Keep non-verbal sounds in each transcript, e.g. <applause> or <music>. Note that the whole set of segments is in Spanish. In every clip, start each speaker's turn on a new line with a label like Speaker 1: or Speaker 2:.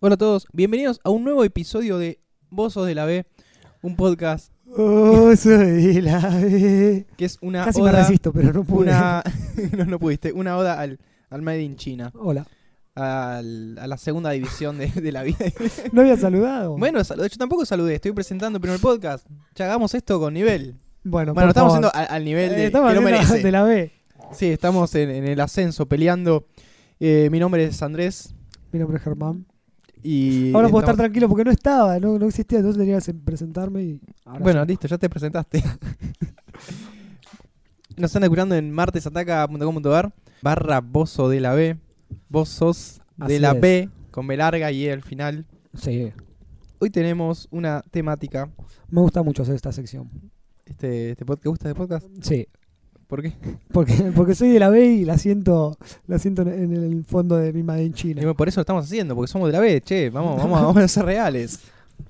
Speaker 1: Hola a todos, bienvenidos a un nuevo episodio de Vos sos de la B, un podcast
Speaker 2: Oh, soy la B.
Speaker 1: que es una
Speaker 2: Casi me
Speaker 1: oda,
Speaker 2: resisto, pero no pude.
Speaker 1: una <laughs> no, no pudiste, una oda al, al Made in China,
Speaker 2: <laughs> Hola.
Speaker 1: al- a la segunda división de, de la
Speaker 2: <laughs>
Speaker 1: vida.
Speaker 2: No había saludado.
Speaker 1: Bueno, sal- yo tampoco saludé, estoy presentando el primer podcast. Ya hagamos esto con nivel. Bueno,
Speaker 2: bueno, por
Speaker 1: estamos
Speaker 2: favor.
Speaker 1: haciendo al, al nivel de,
Speaker 2: Eh, estamos
Speaker 1: que lo
Speaker 2: haciendo
Speaker 1: merece.
Speaker 2: de la B.
Speaker 1: Sí, estamos en, en el ascenso peleando. Eh, mi nombre es Andrés
Speaker 2: Mi nombre es Germán.
Speaker 1: y
Speaker 2: Ahora puedo estar
Speaker 1: estamos-
Speaker 2: tranquilo porque no estaba, no, no existía, entonces tenía que presentarme y. ahora
Speaker 1: Bueno,
Speaker 2: sí.
Speaker 1: listo, ya te <laughs> presentaste. Nos están escuchando en martesataca.com.ar barra bozo de la B. Vos sos de
Speaker 2: Así
Speaker 1: la
Speaker 2: es.
Speaker 1: B con B larga y E al final.
Speaker 2: Sí.
Speaker 1: Hoy tenemos una temática.
Speaker 2: Me gusta mucho hacer esta sección.
Speaker 1: Este, este pod- ¿Te gusta este podcast?
Speaker 2: Sí.
Speaker 1: ¿Por qué?
Speaker 2: Porque, <laughs> porque soy de la B y la siento, la siento en el fondo de mi madre en
Speaker 1: Y
Speaker 2: China.
Speaker 1: bueno, por eso lo estamos haciendo, porque somos de la B, che. <laughs> Vamos, vamos, vamos a ser reales.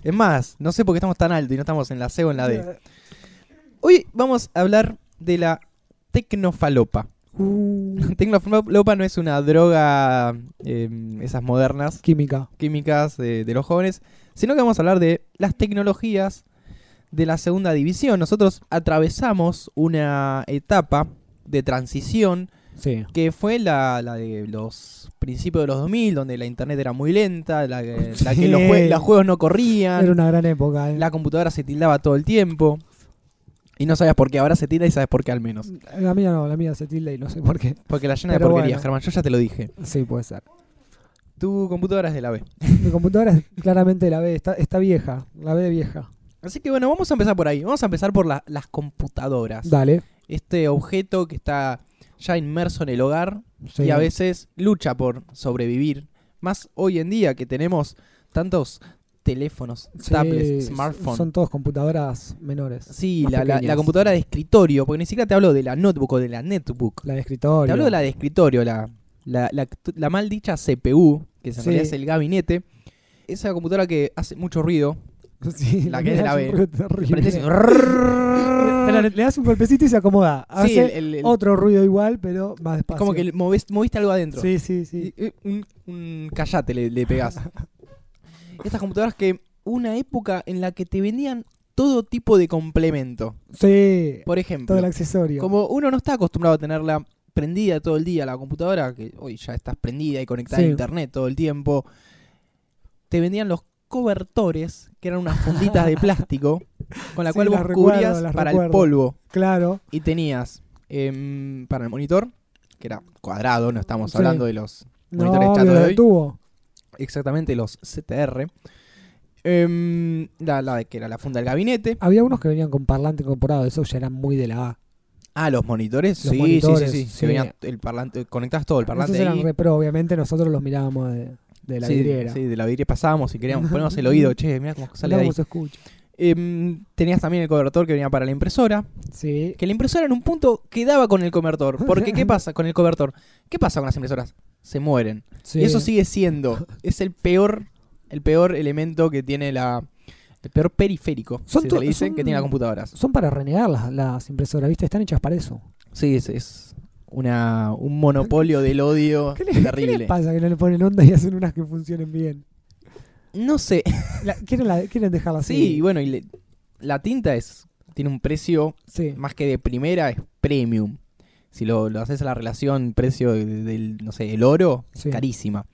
Speaker 1: Es más, no sé por qué estamos tan alto y no estamos en la C o en la D. Hoy vamos a hablar de la tecnofalopa. <laughs>
Speaker 2: <laughs> Uh,
Speaker 1: Tecnofalopa no es una droga, eh, esas modernas,
Speaker 2: química.
Speaker 1: químicas de, de los jóvenes, sino que vamos a hablar de las tecnologías de la segunda división. Nosotros atravesamos una etapa de transición
Speaker 2: Sí.
Speaker 1: que fue la, la de los principios de los 2000, donde la internet era muy lenta, la, que- la que los, jue-
Speaker 2: Sí.
Speaker 1: los juegos no
Speaker 2: Era
Speaker 1: corrían,
Speaker 2: una gran época. eh.
Speaker 1: Ah, la computadora se tildaba todo el tiempo. Y no sabías por qué, ahora se tilda y sabes por qué al menos.
Speaker 2: la mía no, la mía se tilda y no sé por qué.
Speaker 1: Porque la llena de
Speaker 2: Pero
Speaker 1: porquerías,
Speaker 2: bueno.
Speaker 1: Germán, yo ya te lo dije.
Speaker 2: Sí, puede ser.
Speaker 1: Tu computadora es de la B.
Speaker 2: Mi computadora es claramente la B, está, está vieja, la B de vieja.
Speaker 1: Así que bueno, vamos a empezar por ahí. Vamos a empezar por la- las computadoras.
Speaker 2: Dale.
Speaker 1: Este objeto que está ya inmerso en el hogar
Speaker 2: sí.
Speaker 1: y a veces lucha por sobrevivir. Más hoy en día que tenemos tantos teléfonos,
Speaker 2: Sí,
Speaker 1: tablets, smartphones.
Speaker 2: Son todos computadoras menores.
Speaker 1: sí,
Speaker 2: más
Speaker 1: la, la- la
Speaker 2: pequeñas.
Speaker 1: computadora de escritorio, porque ni siquiera te hablo de la notebook o de la netbook.
Speaker 2: La de escritorio.
Speaker 1: Te hablo de la de escritorio, la, la, la, la mal dicha CPU, que en
Speaker 2: Sí.
Speaker 1: realidad es el gabinete. Esa computadora que hace mucho ruido.
Speaker 2: <laughs> Sí,
Speaker 1: la que es de la
Speaker 2: hace
Speaker 1: B.
Speaker 2: un ruido terrible.
Speaker 1: Prendés y-
Speaker 2: <laughs> Pero le, le das un golpecito y se acomoda. Hace
Speaker 1: Sí, el- el- el-
Speaker 2: otro ruido igual, pero más
Speaker 1: Es
Speaker 2: despacio.
Speaker 1: como que moviste, moviste algo adentro.
Speaker 2: Sí, sí, sí.
Speaker 1: Y, eh, Un, un callate le, le pegás. <laughs> Estas computadoras que una época en la que te vendían todo tipo de complemento.
Speaker 2: Sí,
Speaker 1: Por
Speaker 2: todo el
Speaker 1: ejemplo,
Speaker 2: accesorio.
Speaker 1: como uno no está acostumbrado a tenerla prendida todo el día, la computadora, que hoy ya estás prendida y conectada a
Speaker 2: Sí.
Speaker 1: internet todo el tiempo, te vendían los cobertores, que eran unas funditas de <laughs> plástico, con la
Speaker 2: Sí,
Speaker 1: cual vos
Speaker 2: las recuerdo,
Speaker 1: cubrías
Speaker 2: las
Speaker 1: para el
Speaker 2: recuerdo.
Speaker 1: polvo.
Speaker 2: Claro.
Speaker 1: Y tenías em, para el monitor, que era cuadrado, no estamos
Speaker 2: Sí.
Speaker 1: hablando de los
Speaker 2: No,
Speaker 1: Monitores chatos
Speaker 2: obvio,
Speaker 1: de
Speaker 2: lo
Speaker 1: hoy.
Speaker 2: tuvo.
Speaker 1: exactamente los CTR. Em, la, la de- que era la funda del gabinete.
Speaker 2: Había unos que venían con parlante incorporado, esos ya eran muy de la A.
Speaker 1: Ah, los monitores.
Speaker 2: Los
Speaker 1: sí,
Speaker 2: monitores,
Speaker 1: sí, sí, sí.
Speaker 2: sí.
Speaker 1: Que venían el parlante, conectabas todo el parlante
Speaker 2: esos eran
Speaker 1: ahí.
Speaker 2: re pro, obviamente nosotros los mirábamos de, de la
Speaker 1: sí,
Speaker 2: vidriera.
Speaker 1: sí, de la vidriera pasábamos y queríamos
Speaker 2: <laughs>
Speaker 1: ponernos el oído, che, mira cómo sale de ahí.
Speaker 2: Mirábamos, escucha.
Speaker 1: Em, tenías también el cobertor que venía para la impresora.
Speaker 2: Sí.
Speaker 1: Que la impresora en un punto quedaba con el cobertor. Porque,
Speaker 2: <laughs>
Speaker 1: ¿qué pasa con el cobertor? ¿Qué pasa con las impresoras? Se mueren. Y eso sigue siendo. Es el peor, el peor elemento que tiene la. El peor periférico,
Speaker 2: Son
Speaker 1: si
Speaker 2: to-
Speaker 1: se le dice,
Speaker 2: son-
Speaker 1: que tiene las computadoras.
Speaker 2: Son para renegar las, las impresoras, ¿viste? Están hechas para eso.
Speaker 1: Sí, es, es una, un monopolio del odio
Speaker 2: <laughs> ¿Qué le- ¿Qué
Speaker 1: terrible.
Speaker 2: les pasa que no le ponen onda y hacen unas que funcionen bien?
Speaker 1: no sé.
Speaker 2: La- quieren, la- quieren dejarla así.
Speaker 1: <laughs> Sí, y bueno, y le- la tinta es tiene un precio
Speaker 2: Sí.
Speaker 1: más que de primera, es premium. Si lo, lo haces a la relación precio de- del, no sé, el oro,
Speaker 2: Sí.
Speaker 1: carísima.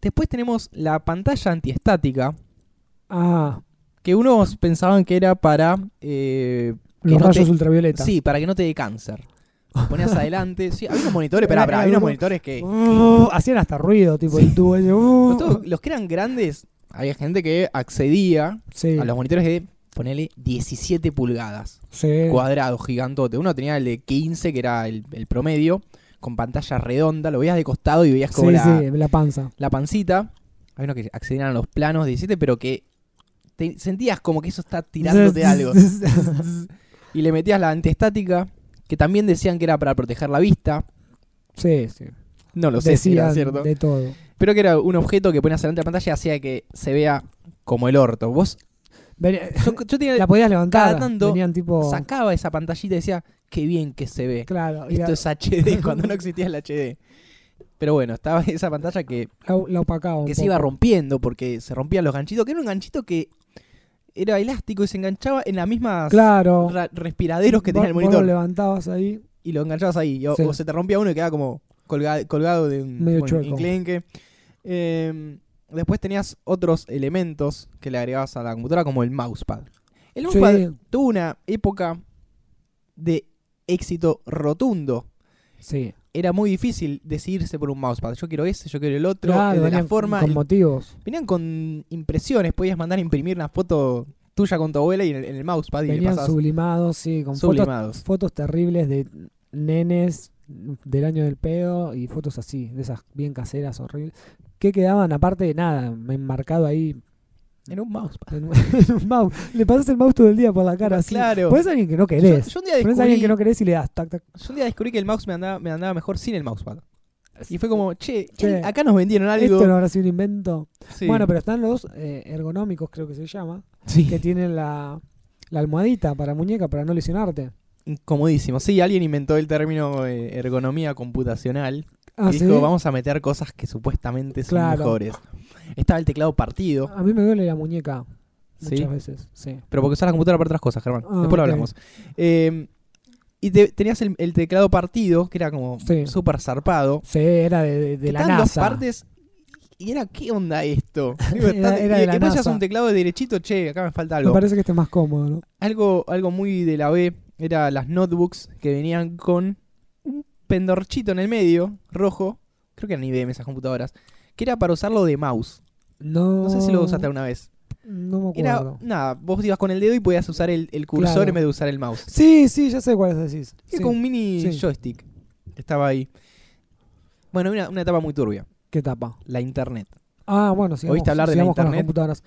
Speaker 1: Después tenemos la pantalla antiestática,
Speaker 2: Ah,
Speaker 1: que unos pensaban que era para eh, Que
Speaker 2: los
Speaker 1: no
Speaker 2: rayos
Speaker 1: te-
Speaker 2: ultravioleta.
Speaker 1: Sí, para que no te dé cáncer. Lo
Speaker 2: <laughs>
Speaker 1: ponías adelante. Sí, había unos monitores, pará,
Speaker 2: Era-
Speaker 1: pará,
Speaker 2: era
Speaker 1: había unos
Speaker 2: duro.
Speaker 1: monitores que.
Speaker 2: Uh, hacían hasta ruido, tipo
Speaker 1: Sí.
Speaker 2: el tubo. ese,
Speaker 1: sobre
Speaker 2: uh.
Speaker 1: todo los que eran grandes, había gente que accedía
Speaker 2: Sí.
Speaker 1: a los monitores de, ponele, 17 pulgadas,
Speaker 2: sí.
Speaker 1: cuadrados, gigantote. Uno tenía el de 15, que era el, el promedio, con pantalla redonda, lo veías de costado y veías como
Speaker 2: Sí,
Speaker 1: la,
Speaker 2: sí, la panza.
Speaker 1: la pancita. Había unos que accedían a los planos de 17, pero que te- sentías como que eso está
Speaker 2: <laughs>
Speaker 1: tirándote algo. Y le metías la antiestática, que también decían que era para proteger la vista.
Speaker 2: sí, sí.
Speaker 1: No lo sé si era
Speaker 2: Decían
Speaker 1: cierto.
Speaker 2: de todo.
Speaker 1: Pero que era un objeto que ponías delante de la pantalla y hacía que se vea como el orto. Vos,
Speaker 2: Venía-
Speaker 1: yo, yo tenía-
Speaker 2: la podías levantar.
Speaker 1: cada tanto
Speaker 2: Venían tipo.
Speaker 1: sacaba esa pantallita y decía, qué bien que se ve.
Speaker 2: Claro. y la- <laughs>
Speaker 1: Esto es HD, cuando no existía el HD. Pero bueno, estaba esa pantalla que,
Speaker 2: La, la opacaba un
Speaker 1: que se
Speaker 2: poco.
Speaker 1: iba rompiendo porque se rompían los ganchitos, que era un ganchito que era elástico y se enganchaba en las mismas
Speaker 2: Claro.
Speaker 1: ra- respiraderos que
Speaker 2: Vos-
Speaker 1: tenía el
Speaker 2: vos
Speaker 1: monitor.
Speaker 2: lo levantabas ahí.
Speaker 1: y lo enganchabas ahí. O,
Speaker 2: Sí.
Speaker 1: o se te rompía uno y quedaba como colga- colgado de un
Speaker 2: Medio
Speaker 1: bueno,
Speaker 2: chueco.
Speaker 1: enclenque. Eh, después tenías otros elementos que le agregabas a la computadora, como el mousepad. El
Speaker 2: Sí,
Speaker 1: mousepad tuvo una época de éxito rotundo.
Speaker 2: sí.
Speaker 1: Era muy difícil decidirse por un mousepad. Yo quiero ese, yo quiero el otro,
Speaker 2: Claro,
Speaker 1: el de eh, la
Speaker 2: venían
Speaker 1: forma.
Speaker 2: Con
Speaker 1: el-
Speaker 2: motivos.
Speaker 1: venían con impresiones, podías mandar a imprimir una foto tuya con tu abuela y en el, en el mousepad y le
Speaker 2: Venían
Speaker 1: pasabas
Speaker 2: sublimados, sí, con fotos,
Speaker 1: sublimados.
Speaker 2: fotos terribles de nenes del año del pedo y fotos así, de esas bien caseras, horribles. Que quedaban, aparte de nada, enmarcado ahí
Speaker 1: En un mousepad.
Speaker 2: en, en un <laughs> mouse. Le pasas el mouse todo el día por la cara así.
Speaker 1: Claro.
Speaker 2: Pones a alguien que no
Speaker 1: Yo,
Speaker 2: querés.
Speaker 1: yo un día
Speaker 2: Pones
Speaker 1: descubrí-
Speaker 2: a alguien que no querés y le das tac, tac.
Speaker 1: Yo un día descubrí que el mouse me andaba, me andaba mejor sin el mousepad. Y fue como, che,
Speaker 2: Che.
Speaker 1: eh, acá nos vendieron algo.
Speaker 2: Esto no habrá sido un invento.
Speaker 1: Sí.
Speaker 2: Bueno, pero están los eh, ergonómicos, creo que se llama,
Speaker 1: Sí.
Speaker 2: que tienen la, la almohadita para muñeca para no lesionarte.
Speaker 1: Incomodísimo. Sí, alguien inventó el término eh, ergonomía computacional.
Speaker 2: Ah,
Speaker 1: y
Speaker 2: ¿sí?
Speaker 1: dijo, vamos a meter cosas que supuestamente son
Speaker 2: Claro.
Speaker 1: mejores. Estaba el teclado partido,
Speaker 2: A mí me duele la muñeca muchas
Speaker 1: Sí.
Speaker 2: veces. Sí.
Speaker 1: pero porque usas la computadora para otras cosas, Germán.
Speaker 2: Ah,
Speaker 1: Después lo
Speaker 2: ok.
Speaker 1: hablamos. Eh, y te- tenías el, el teclado partido, que era como
Speaker 2: Sí.
Speaker 1: súper zarpado.
Speaker 2: Sí, era de, de- de
Speaker 1: que
Speaker 2: la
Speaker 1: estaban dos
Speaker 2: NASA.
Speaker 1: partes y era, ¿qué onda
Speaker 2: <laughs>
Speaker 1: esto? Digo,
Speaker 2: Era-
Speaker 1: está-
Speaker 2: era
Speaker 1: y
Speaker 2: de la
Speaker 1: después hacías
Speaker 2: NASA.
Speaker 1: un teclado de derechito, che, acá me falta
Speaker 2: Me
Speaker 1: algo.
Speaker 2: parece que esté más cómodo, ¿no?
Speaker 1: Algo, algo muy de la B era las notebooks que venían con un pendorchito en el medio, rojo. Creo que eran IBM esas computadoras. Que era para usarlo de mouse.
Speaker 2: No,
Speaker 1: No sé si lo usaste alguna vez.
Speaker 2: Mm. No me
Speaker 1: Era,
Speaker 2: acuerdo.
Speaker 1: nada, vos ibas con el dedo y podías usar el, el cursor
Speaker 2: Claro.
Speaker 1: en vez de usar el mouse.
Speaker 2: Sí, sí, ya sé cuáles decís.
Speaker 1: Era
Speaker 2: Sí,
Speaker 1: como un mini
Speaker 2: Sí.
Speaker 1: joystick que estaba ahí. Bueno, una, una etapa muy turbia.
Speaker 2: ¿Qué tapa?
Speaker 1: La internet.
Speaker 2: Ah, bueno, sigamos,
Speaker 1: ¿Oíste hablar de la
Speaker 2: sigamos con las
Speaker 1: internet?
Speaker 2: computadoras.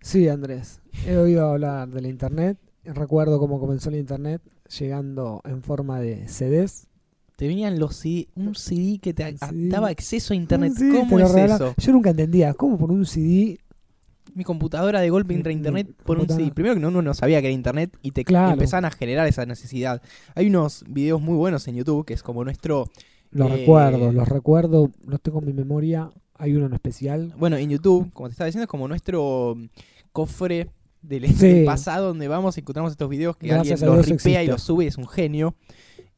Speaker 2: Sí, Andrés. He oído hablar de la internet. Recuerdo cómo comenzó la internet llegando en forma de CDs.
Speaker 1: Te venían los CD, un CD que te a-
Speaker 2: Sí.
Speaker 1: daba acceso a internet.
Speaker 2: Sí,
Speaker 1: ¿Cómo
Speaker 2: te lo
Speaker 1: es
Speaker 2: regalaban.
Speaker 1: eso?
Speaker 2: Yo nunca entendía cómo por un CD.
Speaker 1: mi computadora de golpe
Speaker 2: Mi-
Speaker 1: entra a
Speaker 2: mi
Speaker 1: internet por un
Speaker 2: computadora.
Speaker 1: CD. Primero que uno no sabía que era internet y te
Speaker 2: Claro.
Speaker 1: empezaban a generar esa necesidad. Hay unos videos muy buenos en YouTube que es como nuestro.
Speaker 2: Los
Speaker 1: Eh.
Speaker 2: recuerdo, los recuerdo, los tengo en mi memoria. Hay uno en especial.
Speaker 1: Bueno, en YouTube, como te estaba diciendo, es como nuestro mm, cofre del, <laughs>
Speaker 2: Sí.
Speaker 1: del pasado donde vamos y encontramos estos videos que
Speaker 2: Gracias a
Speaker 1: alguien los
Speaker 2: Dios
Speaker 1: ripea y
Speaker 2: existe.
Speaker 1: los sube y es un genio.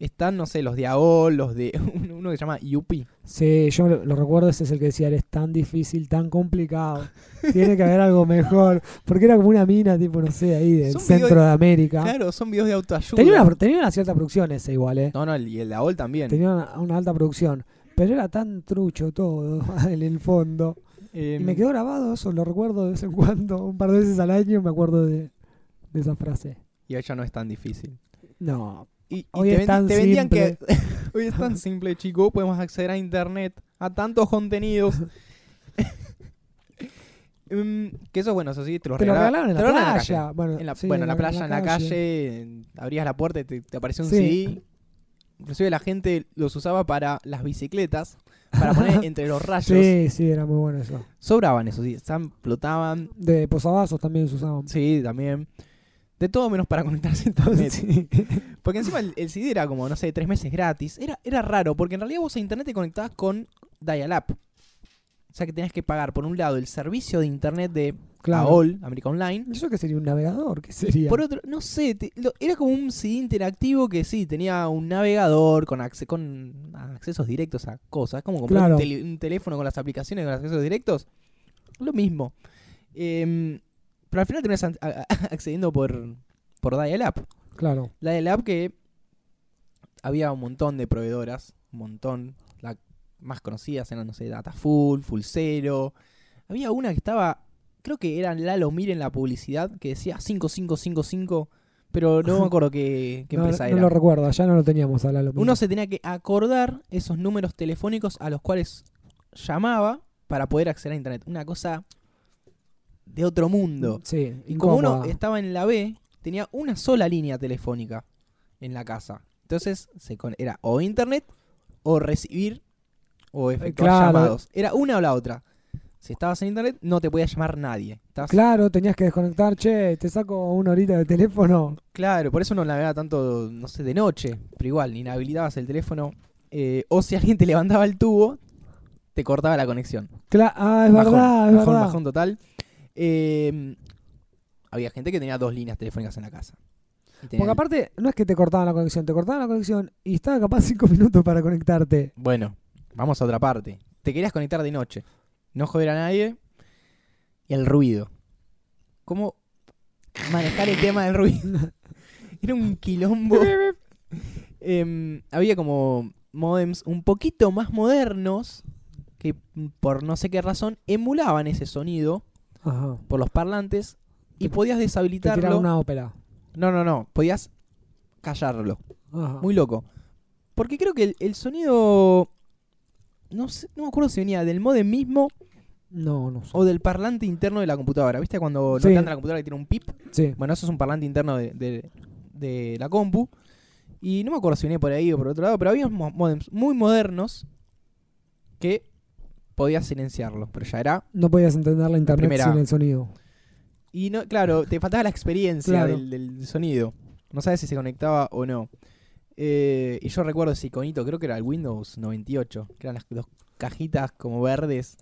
Speaker 1: Están, no sé, los de AOL, los de. <laughs> Uno que se llama Yupi.
Speaker 2: Sí, yo lo, lo recuerdo, ese es el que decía, eres tan difícil, tan complicado, tiene que haber algo mejor, porque era como una mina, tipo, no sé, ahí del
Speaker 1: Son
Speaker 2: centro
Speaker 1: videos-
Speaker 2: de América.
Speaker 1: Claro, son videos de autoayuda.
Speaker 2: Ah. tenía, una, tenía una cierta producción ese igual, ¿eh?
Speaker 1: No, no, el- y el de AOL también.
Speaker 2: Tenía una, una alta producción, pero era tan trucho todo <laughs> en el fondo. Y
Speaker 1: Em,
Speaker 2: me quedó grabado eso, lo recuerdo de vez en cuando, un par de veces al año me acuerdo de, de esa frase.
Speaker 1: y hoy ya no es tan difícil.
Speaker 2: No,
Speaker 1: Y, y
Speaker 2: Hoy
Speaker 1: te,
Speaker 2: es
Speaker 1: vendi-
Speaker 2: tan
Speaker 1: te vendían que. <laughs> Hoy es tan simple, chico. Podemos acceder a internet, a tantos
Speaker 2: <laughs>
Speaker 1: contenidos. <laughs> Mm, que eso, bueno, eso sí, te lo
Speaker 2: te lo
Speaker 1: regalaba-
Speaker 2: regalaron en
Speaker 1: te
Speaker 2: la
Speaker 1: lo regalaban
Speaker 2: playa. Bueno,
Speaker 1: En la,
Speaker 2: sí,
Speaker 1: bueno, en la playa, en la calle, en- abrías la puerta y te, te aparecía un
Speaker 2: Sí.
Speaker 1: CD. Inclusive la gente los usaba para las bicicletas, para
Speaker 2: <laughs>
Speaker 1: poner entre los rayos.
Speaker 2: Sí, sí, era muy bueno eso.
Speaker 1: Sobraban eso, sí. Estaban, flotaban,
Speaker 2: De posavasos también se usaban.
Speaker 1: sí, también. De todo menos para conectarse a internet.
Speaker 2: Sí.
Speaker 1: <laughs> Porque encima el, el CD era como, no sé, tres meses gratis. Era, era raro, porque en realidad vos a internet te conectabas con Dial-Up. O sea que tenías que pagar, por un lado, el servicio de internet de
Speaker 2: Claro.
Speaker 1: AOL, América Online.
Speaker 2: ¿Eso qué sería un navegador? ¿Qué sería?
Speaker 1: Por otro, no sé, te- lo- era como un CD interactivo que sí, tenía un navegador con, acce- con accesos directos a cosas. Como comprar
Speaker 2: Claro.
Speaker 1: un, tele- un teléfono con las aplicaciones, con accesos directos. Lo mismo. Em, pero al final terminas an- a- <laughs> a- accediendo por, por Dial-Up.
Speaker 2: Claro.
Speaker 1: La del app que había un montón de proveedoras, un montón. Las más conocidas eran, no sé, Datafull, Fulcero. Había una que estaba, creo que era Lalo Mir en la publicidad, que decía 5555, pero no me acuerdo qué, qué
Speaker 2: <laughs> no,
Speaker 1: empresa
Speaker 2: no
Speaker 1: era.
Speaker 2: lo recuerdo, allá no lo teníamos a la Lomina.
Speaker 1: Uno se tenía que acordar esos números telefónicos a los cuales llamaba para poder acceder a internet. Una cosa de otro mundo.
Speaker 2: Sí,
Speaker 1: Y como uno
Speaker 2: incómoda.
Speaker 1: estaba en la B, tenía una sola línea telefónica en la casa. Entonces se con- era o internet o recibir o efectuar
Speaker 2: Eh, claro.
Speaker 1: llamados. Era una o la otra. Si estabas en internet, no te podía llamar nadie. Estabas-
Speaker 2: Claro, tenías que desconectar, che, te saco una horita de teléfono.
Speaker 1: Claro, por eso no navegaba tanto, no sé, de noche. Pero igual, inhabilitabas el teléfono. eh, o si alguien te <laughs> levantaba el tubo, te cortaba la conexión.
Speaker 2: Cla- ah, es
Speaker 1: bajón,
Speaker 2: verdad, es
Speaker 1: bajón,
Speaker 2: verdad.
Speaker 1: bajón total. Eh, había gente que tenía dos líneas telefónicas en la casa. Y tenía
Speaker 2: Porque
Speaker 1: el-
Speaker 2: aparte, no es que te cortaban la conexión, te cortaban la conexión y estaba capaz cinco <laughs> minutos para conectarte.
Speaker 1: Bueno, vamos a otra parte. Te querías conectar de noche. No joder a nadie. Y el ruido. ¿Cómo manejar el tema del ruido? <laughs> Era un
Speaker 2: <laughs>
Speaker 1: quilombo. Em, había como modems un poquito más modernos que mm, por no sé qué razón emulaban ese sonido
Speaker 2: Ajá.
Speaker 1: por los parlantes y
Speaker 2: Te-
Speaker 1: podías
Speaker 2: Te tiraban
Speaker 1: deshabilitarlo.
Speaker 2: una ópera.
Speaker 1: No, no, no. Podías callarlo.
Speaker 2: Ajá.
Speaker 1: Muy loco. Porque creo que el, el sonido. No, sé- no me acuerdo si venía del modem mismo
Speaker 2: No, no sé.
Speaker 1: o del parlante interno de la computadora. ¿Viste cuando no
Speaker 2: Sí.
Speaker 1: te anda la computadora que tiene un pip?
Speaker 2: Sí.
Speaker 1: Bueno, eso es un parlante interno de, de- de la compu. Y no me acuerdo si venía por ahí o por otro lado, pero había mo- modems muy modernos que podías silenciarlo. Pero ya era.
Speaker 2: No podías entender la internet
Speaker 1: Primera.
Speaker 2: sin el sonido.
Speaker 1: Y no, claro, te faltaba la experiencia
Speaker 2: Claro.
Speaker 1: del, del sonido. No sabes si se conectaba o no. Eh, y yo recuerdo ese iconito, creo que era el Windows 98, que eran las dos cajitas como verdes.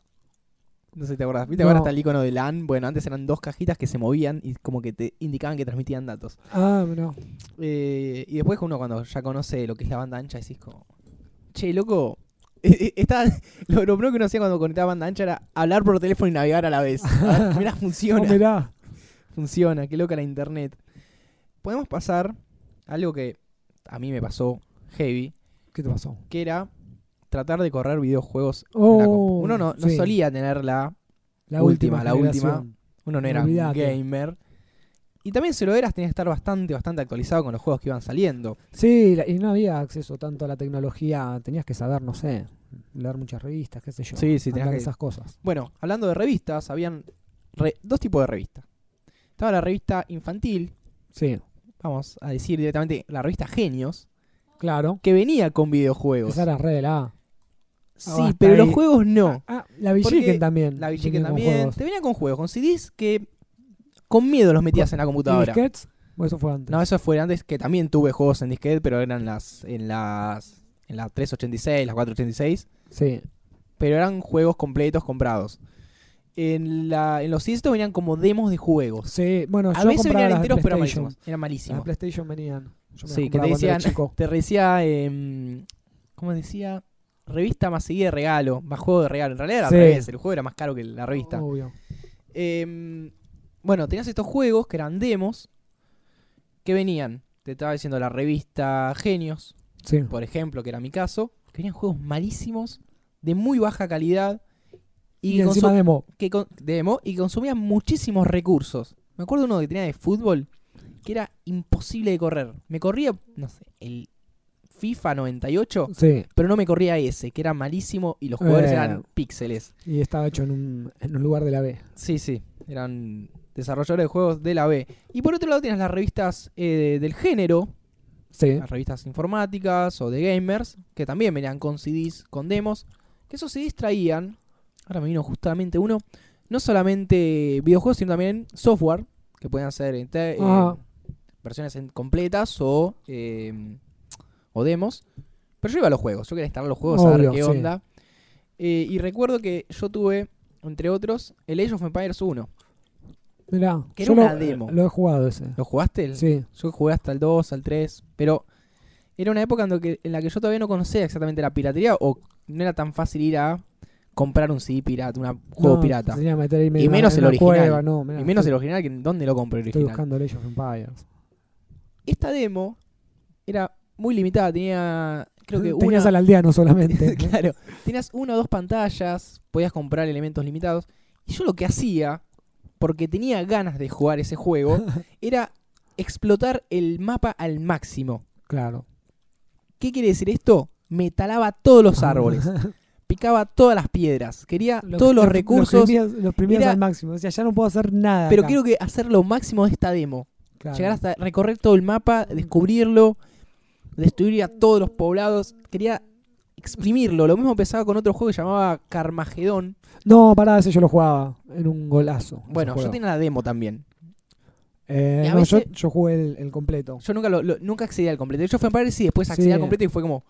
Speaker 1: No sé si te acordás. ¿Viste
Speaker 2: No.
Speaker 1: ahora está el icono de LAN? Bueno, antes eran dos cajitas que se movían y como que te indicaban que transmitían datos.
Speaker 2: Ah, no.
Speaker 1: Eh, y después uno cuando ya conoce lo que es la banda ancha, decís como... Che, loco. <laughs> eh, eh, Está, <laughs> lo, lo primero que uno hacía cuando conectaba banda ancha era hablar por teléfono y navegar a la vez. Ah,
Speaker 2: <laughs>
Speaker 1: Mirá,
Speaker 2: No,
Speaker 1: funciona.
Speaker 2: mirá.
Speaker 1: Funciona, qué loca la internet. Podemos pasar a algo que a mí me pasó heavy,
Speaker 2: ¿Qué te pasó?
Speaker 1: que era tratar de correr videojuegos. en la compu.
Speaker 2: Oh,
Speaker 1: uno no, no
Speaker 2: sí.
Speaker 1: solía tenerla, última, la última.
Speaker 2: generación.
Speaker 1: uno no era un
Speaker 2: Olvídate.
Speaker 1: gamer. Y también si lo eras tenías que estar bastante, bastante actualizado con los juegos que iban saliendo.
Speaker 2: Sí, la- y no había acceso tanto a la tecnología. Tenías que saber, no sé, leer muchas revistas, qué sé yo.
Speaker 1: Sí, sí, tenías
Speaker 2: andar
Speaker 1: que-
Speaker 2: esas cosas.
Speaker 1: Bueno, hablando de revistas, habían re- dos tipos de revistas. Estaba la revista infantil,
Speaker 2: Sí,
Speaker 1: vamos a decir directamente la revista Genios,
Speaker 2: claro.
Speaker 1: que venía con videojuegos.
Speaker 2: Esa era re de la A.
Speaker 1: Sí,
Speaker 2: hasta
Speaker 1: pero los
Speaker 2: ahí.
Speaker 1: juegos no.
Speaker 2: Ah, la Villiquen también.
Speaker 1: La Villiquen
Speaker 2: venía con
Speaker 1: también.
Speaker 2: juegos.
Speaker 1: Te venía con juegos, con CDs que con miedo los metías en la
Speaker 2: ¿Y
Speaker 1: computadora.
Speaker 2: disquets? O eso fue antes.
Speaker 1: No, eso fue antes que también tuve juegos en disquete, pero eran las en las en la 386, las 486,
Speaker 2: Sí.
Speaker 1: pero eran juegos completos comprados. En la en los CDs estos venían como demos de juegos.
Speaker 2: Sí, bueno,
Speaker 1: A
Speaker 2: yo
Speaker 1: veces
Speaker 2: compraba
Speaker 1: venían
Speaker 2: las de
Speaker 1: enteros, pero
Speaker 2: PlayStation.
Speaker 1: malísimos. Eran
Speaker 2: Las de
Speaker 1: malísimos.
Speaker 2: PlayStation venían.
Speaker 1: Sí,
Speaker 2: Yo me las
Speaker 1: que te
Speaker 2: compraba cuando era
Speaker 1: decían-
Speaker 2: chico.
Speaker 1: Te decía em, ¿cómo decía? Revista más seguida de regalo, más juego de regalo. En realidad era al
Speaker 2: Sí.
Speaker 1: revés, el juego era más caro que la revista.
Speaker 2: Obvio.
Speaker 1: Em, bueno, tenías estos juegos que eran demos que venían. Te estaba diciendo la revista Genios,
Speaker 2: Sí.
Speaker 1: por ejemplo, que era mi caso, que venían juegos malísimos, de muy baja calidad y,
Speaker 2: Y,
Speaker 1: que,
Speaker 2: encima
Speaker 1: consu-
Speaker 2: demo.
Speaker 1: que con- demo y que consumían muchísimos recursos. Me acuerdo uno que tenía de fútbol que era imposible de correr. Me corría, no sé, el FIFA 98,
Speaker 2: Sí.
Speaker 1: pero no me corría ese, que era malísimo y los jugadores
Speaker 2: Eh.
Speaker 1: eran píxeles.
Speaker 2: Y estaba hecho en un, en un lugar de la B.
Speaker 1: Sí, sí, eran desarrolladores de juegos de la B. Y por otro lado tienes las revistas eh, del género,
Speaker 2: Sí.
Speaker 1: las revistas informáticas o de gamers, que también venían con CDs, con demos, que esos CDs traían, ahora me vino justamente uno, no solamente videojuegos, sino también software, que podían ser eh, te- eh,
Speaker 2: Ajá.
Speaker 1: versiones en- completas o, eh, o demos. Pero yo iba a los juegos, yo quería instalar los juegos, a ver
Speaker 2: Obvio,
Speaker 1: qué
Speaker 2: sí.
Speaker 1: onda. Eh, y recuerdo que yo tuve, entre otros, el Age of Empires 1.
Speaker 2: Mirá.
Speaker 1: Que
Speaker 2: yo
Speaker 1: era una
Speaker 2: lo,
Speaker 1: demo.
Speaker 2: lo he jugado ese.
Speaker 1: ¿Lo jugaste? El-
Speaker 2: Sí.
Speaker 1: Yo jugué hasta el 2, al 3, pero era una época en, lo que- en la que yo todavía no conocía exactamente la piratería o no era tan fácil ir a comprar un CD pirata, un juego
Speaker 2: No,
Speaker 1: pirata.
Speaker 2: tenía que meter ahí medio
Speaker 1: Y
Speaker 2: en
Speaker 1: menos
Speaker 2: una-
Speaker 1: el
Speaker 2: en una
Speaker 1: original.
Speaker 2: cueva, no, mirá,
Speaker 1: y menos
Speaker 2: estoy,
Speaker 1: el original, que ¿dónde lo compré el
Speaker 2: Estoy
Speaker 1: original?
Speaker 2: buscando Age of Empires.
Speaker 1: Esta demo era muy limitada, tenía creo que
Speaker 2: <laughs> Tenías
Speaker 1: una...
Speaker 2: al aldeano solamente. ¿no?
Speaker 1: <laughs> claro, tenías una o dos pantallas, podías comprar elementos limitados. Y yo lo que hacía, porque tenía ganas de jugar ese
Speaker 2: <laughs>
Speaker 1: juego, era explotar el mapa al máximo.
Speaker 2: Claro.
Speaker 1: ¿Qué quiere decir esto? Me talaba todos los
Speaker 2: Ah.
Speaker 1: árboles, picaba todas las piedras, quería
Speaker 2: Lo-
Speaker 1: todos los
Speaker 2: lo- Los
Speaker 1: recursos,
Speaker 2: primeros, los primeros
Speaker 1: era-
Speaker 2: al máximo. O sea, ya no puedo hacer nada.
Speaker 1: pero
Speaker 2: acá.
Speaker 1: quiero que hacer lo máximo de esta demo.
Speaker 2: Claro.
Speaker 1: Llegar hasta recorrer todo el mapa, descubrirlo, destruir a todos los poblados. Quería exprimirlo. Lo mismo empezaba con otro juego que llamaba Carmagedón.
Speaker 2: No, pará, ese yo lo jugaba en un golazo. ese
Speaker 1: Bueno, yo
Speaker 2: juego.
Speaker 1: tenía la demo también.
Speaker 2: Eh,
Speaker 1: y a
Speaker 2: no, yo-
Speaker 1: veces-
Speaker 2: yo, jugué el, el completo.
Speaker 1: <laughs> Yo nunca lo, lo- nunca accedí al completo. Yo fui en Paris y después accedí
Speaker 2: Sí.
Speaker 1: al completo y fue como,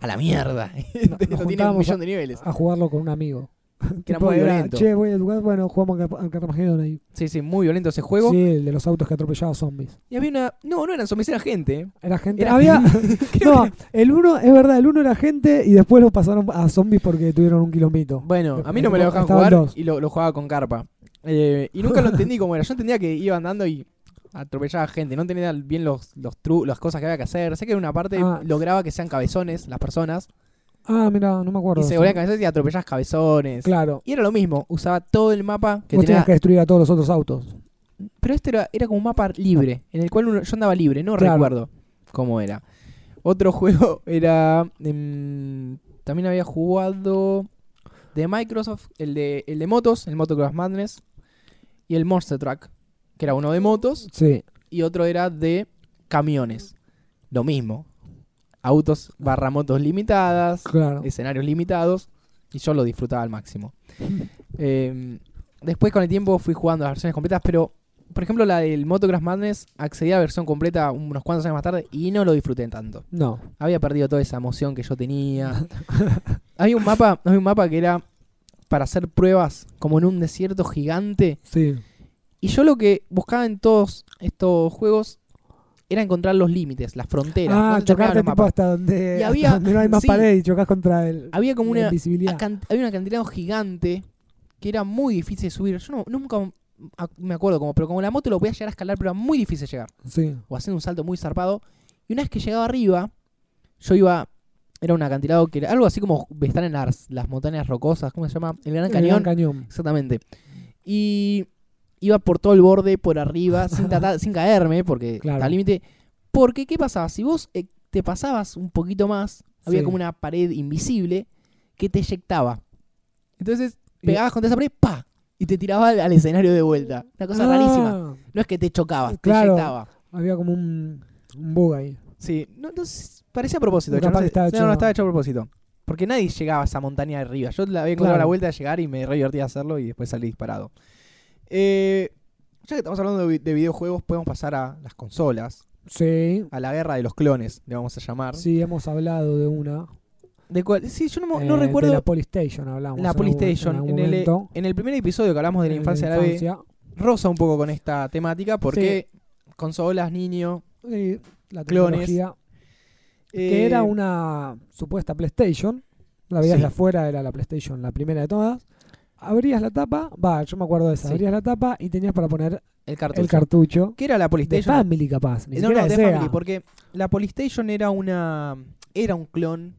Speaker 1: a la mierda. <laughs>
Speaker 2: nos
Speaker 1: Esto tiene un
Speaker 2: juntábamos
Speaker 1: millón de niveles.
Speaker 2: a jugarlo con un amigo.
Speaker 1: Que era
Speaker 2: <laughs> Tipo,
Speaker 1: muy violento.
Speaker 2: Che, voy a jugar, bueno, jugamos al Car- al Carmageddon ahí.
Speaker 1: Sí, sí, muy violento ese juego.
Speaker 2: Sí, el de los autos que atropellaba zombies.
Speaker 1: Y había una. No, no eran zombies, era gente. ¿eh?
Speaker 2: Era gente.
Speaker 1: Era-
Speaker 2: Había.
Speaker 1: <laughs> Creo
Speaker 2: <laughs> no, el uno, es verdad, el uno era gente y después lo pasaron a zombies porque tuvieron un kilomito.
Speaker 1: Bueno, a mí no me lo dejaban
Speaker 2: Estaban
Speaker 1: jugar
Speaker 2: dos.
Speaker 1: y lo, lo jugaba con carpa. Eh, y nunca lo entendí cómo era. Yo entendía que iba andando y atropellaba gente. No entendía bien los, los tru- las cosas que había que hacer. Sé que en una parte
Speaker 2: Ah.
Speaker 1: lograba que sean cabezones las personas.
Speaker 2: Ah, mira, no me acuerdo.
Speaker 1: Y se
Speaker 2: eso.
Speaker 1: volvían cabezones y atropellabas cabezones.
Speaker 2: Claro.
Speaker 1: Y era lo mismo. Usaba todo el mapa que
Speaker 2: Vos
Speaker 1: tenía.
Speaker 2: tenías que destruir a todos los otros autos.
Speaker 1: Pero este era, era como un mapa libre, en el cual uno- yo andaba libre. No
Speaker 2: Claro.
Speaker 1: recuerdo cómo era. Otro <laughs> juego era... em, también había jugado de Microsoft, el de, el de motos, el Motocross Madness, y el Monster Truck, que era uno de motos,
Speaker 2: Sí.
Speaker 1: y otro era de camiones. Lo mismo. Autos barra motos limitadas,
Speaker 2: Claro.
Speaker 1: escenarios limitados, y yo lo disfrutaba al
Speaker 2: <laughs>
Speaker 1: máximo. Eh, después con el tiempo fui jugando las versiones completas, pero por ejemplo la del Motocross Madness accedí a la versión completa unos cuantos años más tarde y no lo disfruté tanto.
Speaker 2: No.
Speaker 1: Había perdido toda esa emoción que yo
Speaker 2: <laughs>
Speaker 1: tenía. había un mapa, había un mapa que era para hacer pruebas como en un desierto gigante
Speaker 2: Sí.
Speaker 1: y yo lo que buscaba en todos estos juegos era encontrar los límites, las fronteras.
Speaker 2: ah,
Speaker 1: dónde terminaban
Speaker 2: chocarte
Speaker 1: los
Speaker 2: tipo
Speaker 1: mapas.
Speaker 2: hasta donde,
Speaker 1: Y
Speaker 2: hasta
Speaker 1: había-
Speaker 2: donde no hay más
Speaker 1: sí.
Speaker 2: pared y chocas contra el,
Speaker 1: Había como
Speaker 2: la
Speaker 1: una
Speaker 2: invisibilidad.
Speaker 1: acan- había un acantilado gigante que era muy difícil de subir. Yo no- nunca a- me acuerdo cómo, pero como la moto lo podía llegar a escalar, pero era muy difícil llegar.
Speaker 2: Sí.
Speaker 1: O haciendo un salto muy zarpado. Y una vez que llegaba arriba, yo iba. Era un acantilado que era algo así como estar en las, las montañas rocosas, ¿cómo se llama? El Gran
Speaker 2: El
Speaker 1: Cañón.
Speaker 2: Gran cañón.
Speaker 1: Exactamente. Y iba por todo el borde, por arriba,
Speaker 2: <laughs>
Speaker 1: sin, tratar- sin caerme, porque
Speaker 2: Claro.
Speaker 1: está al límite. Porque, ¿qué pasaba? Si vos eh, te pasabas un poquito más, había
Speaker 2: Sí.
Speaker 1: como una pared invisible que te eyectaba. Entonces,
Speaker 2: Y-
Speaker 1: pegabas contra esa pared, ¡pa! Y te tiraba al, al escenario de vuelta. Una cosa rarísima.
Speaker 2: Ah,
Speaker 1: No es que te chocabas, te
Speaker 2: Claro.
Speaker 1: eyectaba.
Speaker 2: Había como un, un bug ahí.
Speaker 1: Sí, no, no sé, parecía a propósito. de hecho, no,
Speaker 2: Capaz que
Speaker 1: sé-
Speaker 2: estaba
Speaker 1: no,
Speaker 2: hecho-
Speaker 1: no, estaba hecho a propósito. Porque nadie llegaba a esa montaña de arriba. Yo la había encontrado a la
Speaker 2: Claro.
Speaker 1: vuelta de llegar y me re divertía hacerlo y después salí disparado. Eh, ya que estamos hablando de, vi- de videojuegos, podemos pasar a las consolas,
Speaker 2: Sí.
Speaker 1: a la guerra de los clones, le vamos a llamar. Sí,
Speaker 2: Sí, hemos hablado de una.
Speaker 1: de cual, sí yo no, mo- no
Speaker 2: Eh,
Speaker 1: recuerdo
Speaker 2: De la
Speaker 1: la,
Speaker 2: Polystation hablamos. en algún-
Speaker 1: PlayStation. En,
Speaker 2: En, algún
Speaker 1: el,
Speaker 2: momento.
Speaker 1: en el primer episodio que hablamos de la
Speaker 2: En
Speaker 1: infancia de la B,
Speaker 2: infancia.
Speaker 1: roza un poco con esta temática porque consolas, niño.
Speaker 2: Sí, eh, la
Speaker 1: Clones.
Speaker 2: tecnología.
Speaker 1: eh,
Speaker 2: Que era una supuesta PlayStation. La veías
Speaker 1: Sí.
Speaker 2: de afuera, era la PlayStation, la primera de todas. Abrías la tapa, va, yo me acuerdo de esa.
Speaker 1: Sí.
Speaker 2: Abrías la tapa y tenías para poner
Speaker 1: El cartucho.
Speaker 2: el cartucho.
Speaker 1: ¿Qué era la
Speaker 2: De
Speaker 1: PlayStation?
Speaker 2: Family, capaz. Ni
Speaker 1: no,
Speaker 2: siquiera
Speaker 1: no,
Speaker 2: de
Speaker 1: de
Speaker 2: Sega.
Speaker 1: Family, porque la Polystation era una. Era un clon.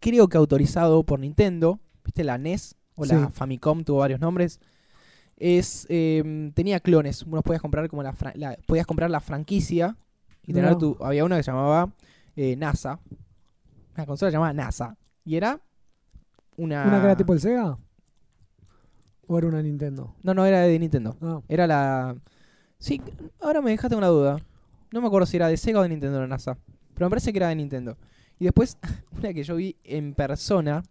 Speaker 1: Creo que autorizado por Nintendo. ¿Viste? La NES o la
Speaker 2: Sí.
Speaker 1: Famicom tuvo varios nombres. Es, eh, tenía clones. Uno podías comprar como la, fra- la- podías comprar la franquicia. Y tener
Speaker 2: Mirá.
Speaker 1: tu. Había una que se llamaba eh, NASA. Una consola llamada NASA. Y era. Una.
Speaker 2: ¿Una que era tipo el Sega? ¿O era una Nintendo?
Speaker 1: No, no, era de Nintendo.
Speaker 2: Ah,
Speaker 1: <laughs> Era la. Sí, ahora me dejaste una duda. No me acuerdo si era de Sega o de Nintendo la NASA. Pero me parece que era de Nintendo. Y después, <laughs> una que yo vi en persona,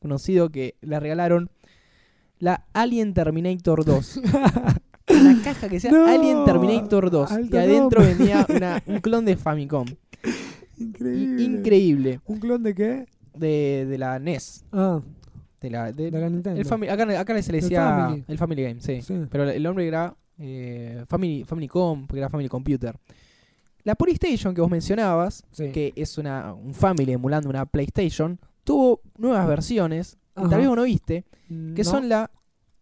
Speaker 1: conocido que la regalaron, la Alien Terminator
Speaker 2: <laughs>
Speaker 1: 2. la caja que sea
Speaker 2: No,
Speaker 1: Alien Terminator 2.
Speaker 2: alto
Speaker 1: y adentro
Speaker 2: nombre. <laughs>
Speaker 1: venía una- un clon de Famicom. Y-
Speaker 2: increíble.
Speaker 1: increíble.
Speaker 2: ¿Un clon de qué?
Speaker 1: De, de la NES.
Speaker 2: Ah,
Speaker 1: De la, de-
Speaker 2: de la Nintendo.
Speaker 1: el fami- acá, acá se le
Speaker 2: El
Speaker 1: decía
Speaker 2: Family.
Speaker 1: el Family Game, sí.
Speaker 2: Sí.
Speaker 1: Pero el hombre era eh, Family, Family Com, porque era Family Computer. La PlayStation que vos mencionabas,
Speaker 2: Sí.
Speaker 1: que es una, un Family emulando una PlayStation, tuvo nuevas versiones, que
Speaker 2: Ajá.
Speaker 1: tal vez vos no viste, que
Speaker 2: No.
Speaker 1: son la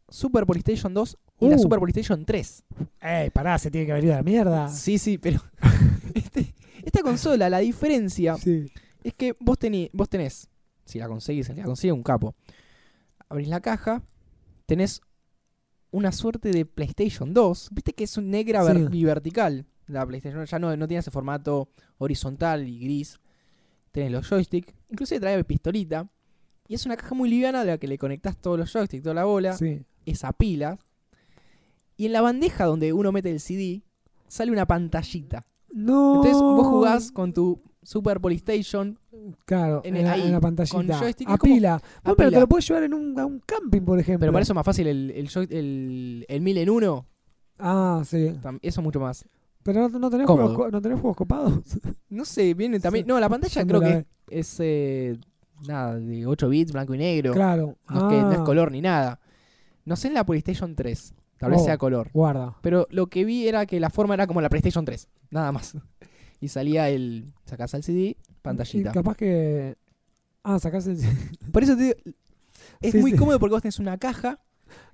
Speaker 1: Super PlayStation 2 y la
Speaker 2: Uh.
Speaker 1: Super PlayStation 3.
Speaker 2: ¡Ey, pará! Se tiene que haber ido a la mierda.
Speaker 1: Sí, sí, pero <laughs> este- esta consola, la diferencia
Speaker 2: Sí.
Speaker 1: es que vos, tení- vos tenés, si la conseguís, si la consigue un capo, abrís la caja, tenés una suerte de PlayStation 2, viste que es un negra ver-
Speaker 2: Sí.
Speaker 1: y vertical, la PlayStation ya no, no tiene ese formato horizontal y gris, tenés los joysticks, inclusive trae pistolita, y es una caja muy liviana de la que le conectás todos los joysticks, toda la bola,
Speaker 2: Sí.
Speaker 1: esa pila, y en la bandeja donde uno mete el CD, sale una pantallita.
Speaker 2: No.
Speaker 1: Entonces vos jugás
Speaker 2: Oh.
Speaker 1: con tu Super PlayStation
Speaker 2: Claro, en,
Speaker 1: en-
Speaker 2: la,
Speaker 1: ahí,
Speaker 2: en la pantallita.
Speaker 1: con joystick,
Speaker 2: a
Speaker 1: es como-
Speaker 2: pila.
Speaker 1: a
Speaker 2: Vos, pero te
Speaker 1: pila.
Speaker 2: lo podés llevar en un, a un camping, por ejemplo.
Speaker 1: Pero para eso es más fácil el, el, joy- el, el 1000 en 1.
Speaker 2: Ah, sí.
Speaker 1: Eso mucho más.
Speaker 2: Pero no, no tenés,
Speaker 1: Cómodo.
Speaker 2: juegos, co- no tenés juegos
Speaker 1: <laughs>
Speaker 2: copados. <laughs>
Speaker 1: No sé, viene también.
Speaker 2: Sí.
Speaker 1: No, la pantalla
Speaker 2: Yo no
Speaker 1: creo
Speaker 2: la
Speaker 1: que
Speaker 2: ve-
Speaker 1: es. eh, nada, de 8 bits, blanco y negro.
Speaker 2: Claro.
Speaker 1: No, es que, no es
Speaker 2: Ah,
Speaker 1: color ni nada. No sé en la PlayStation 3. Tal vez
Speaker 2: Oh.
Speaker 1: sea color.
Speaker 2: Guarda.
Speaker 1: Pero lo que vi era que la forma era como la PlayStation 3. Nada más. Y salía el. Sacás el CD, pantallita.
Speaker 2: Y capaz que. Ah, sacás el. <laughs>
Speaker 1: Por eso te digo, es
Speaker 2: Sí,
Speaker 1: muy
Speaker 2: sí.
Speaker 1: cómodo porque vos tenés una <laughs> caja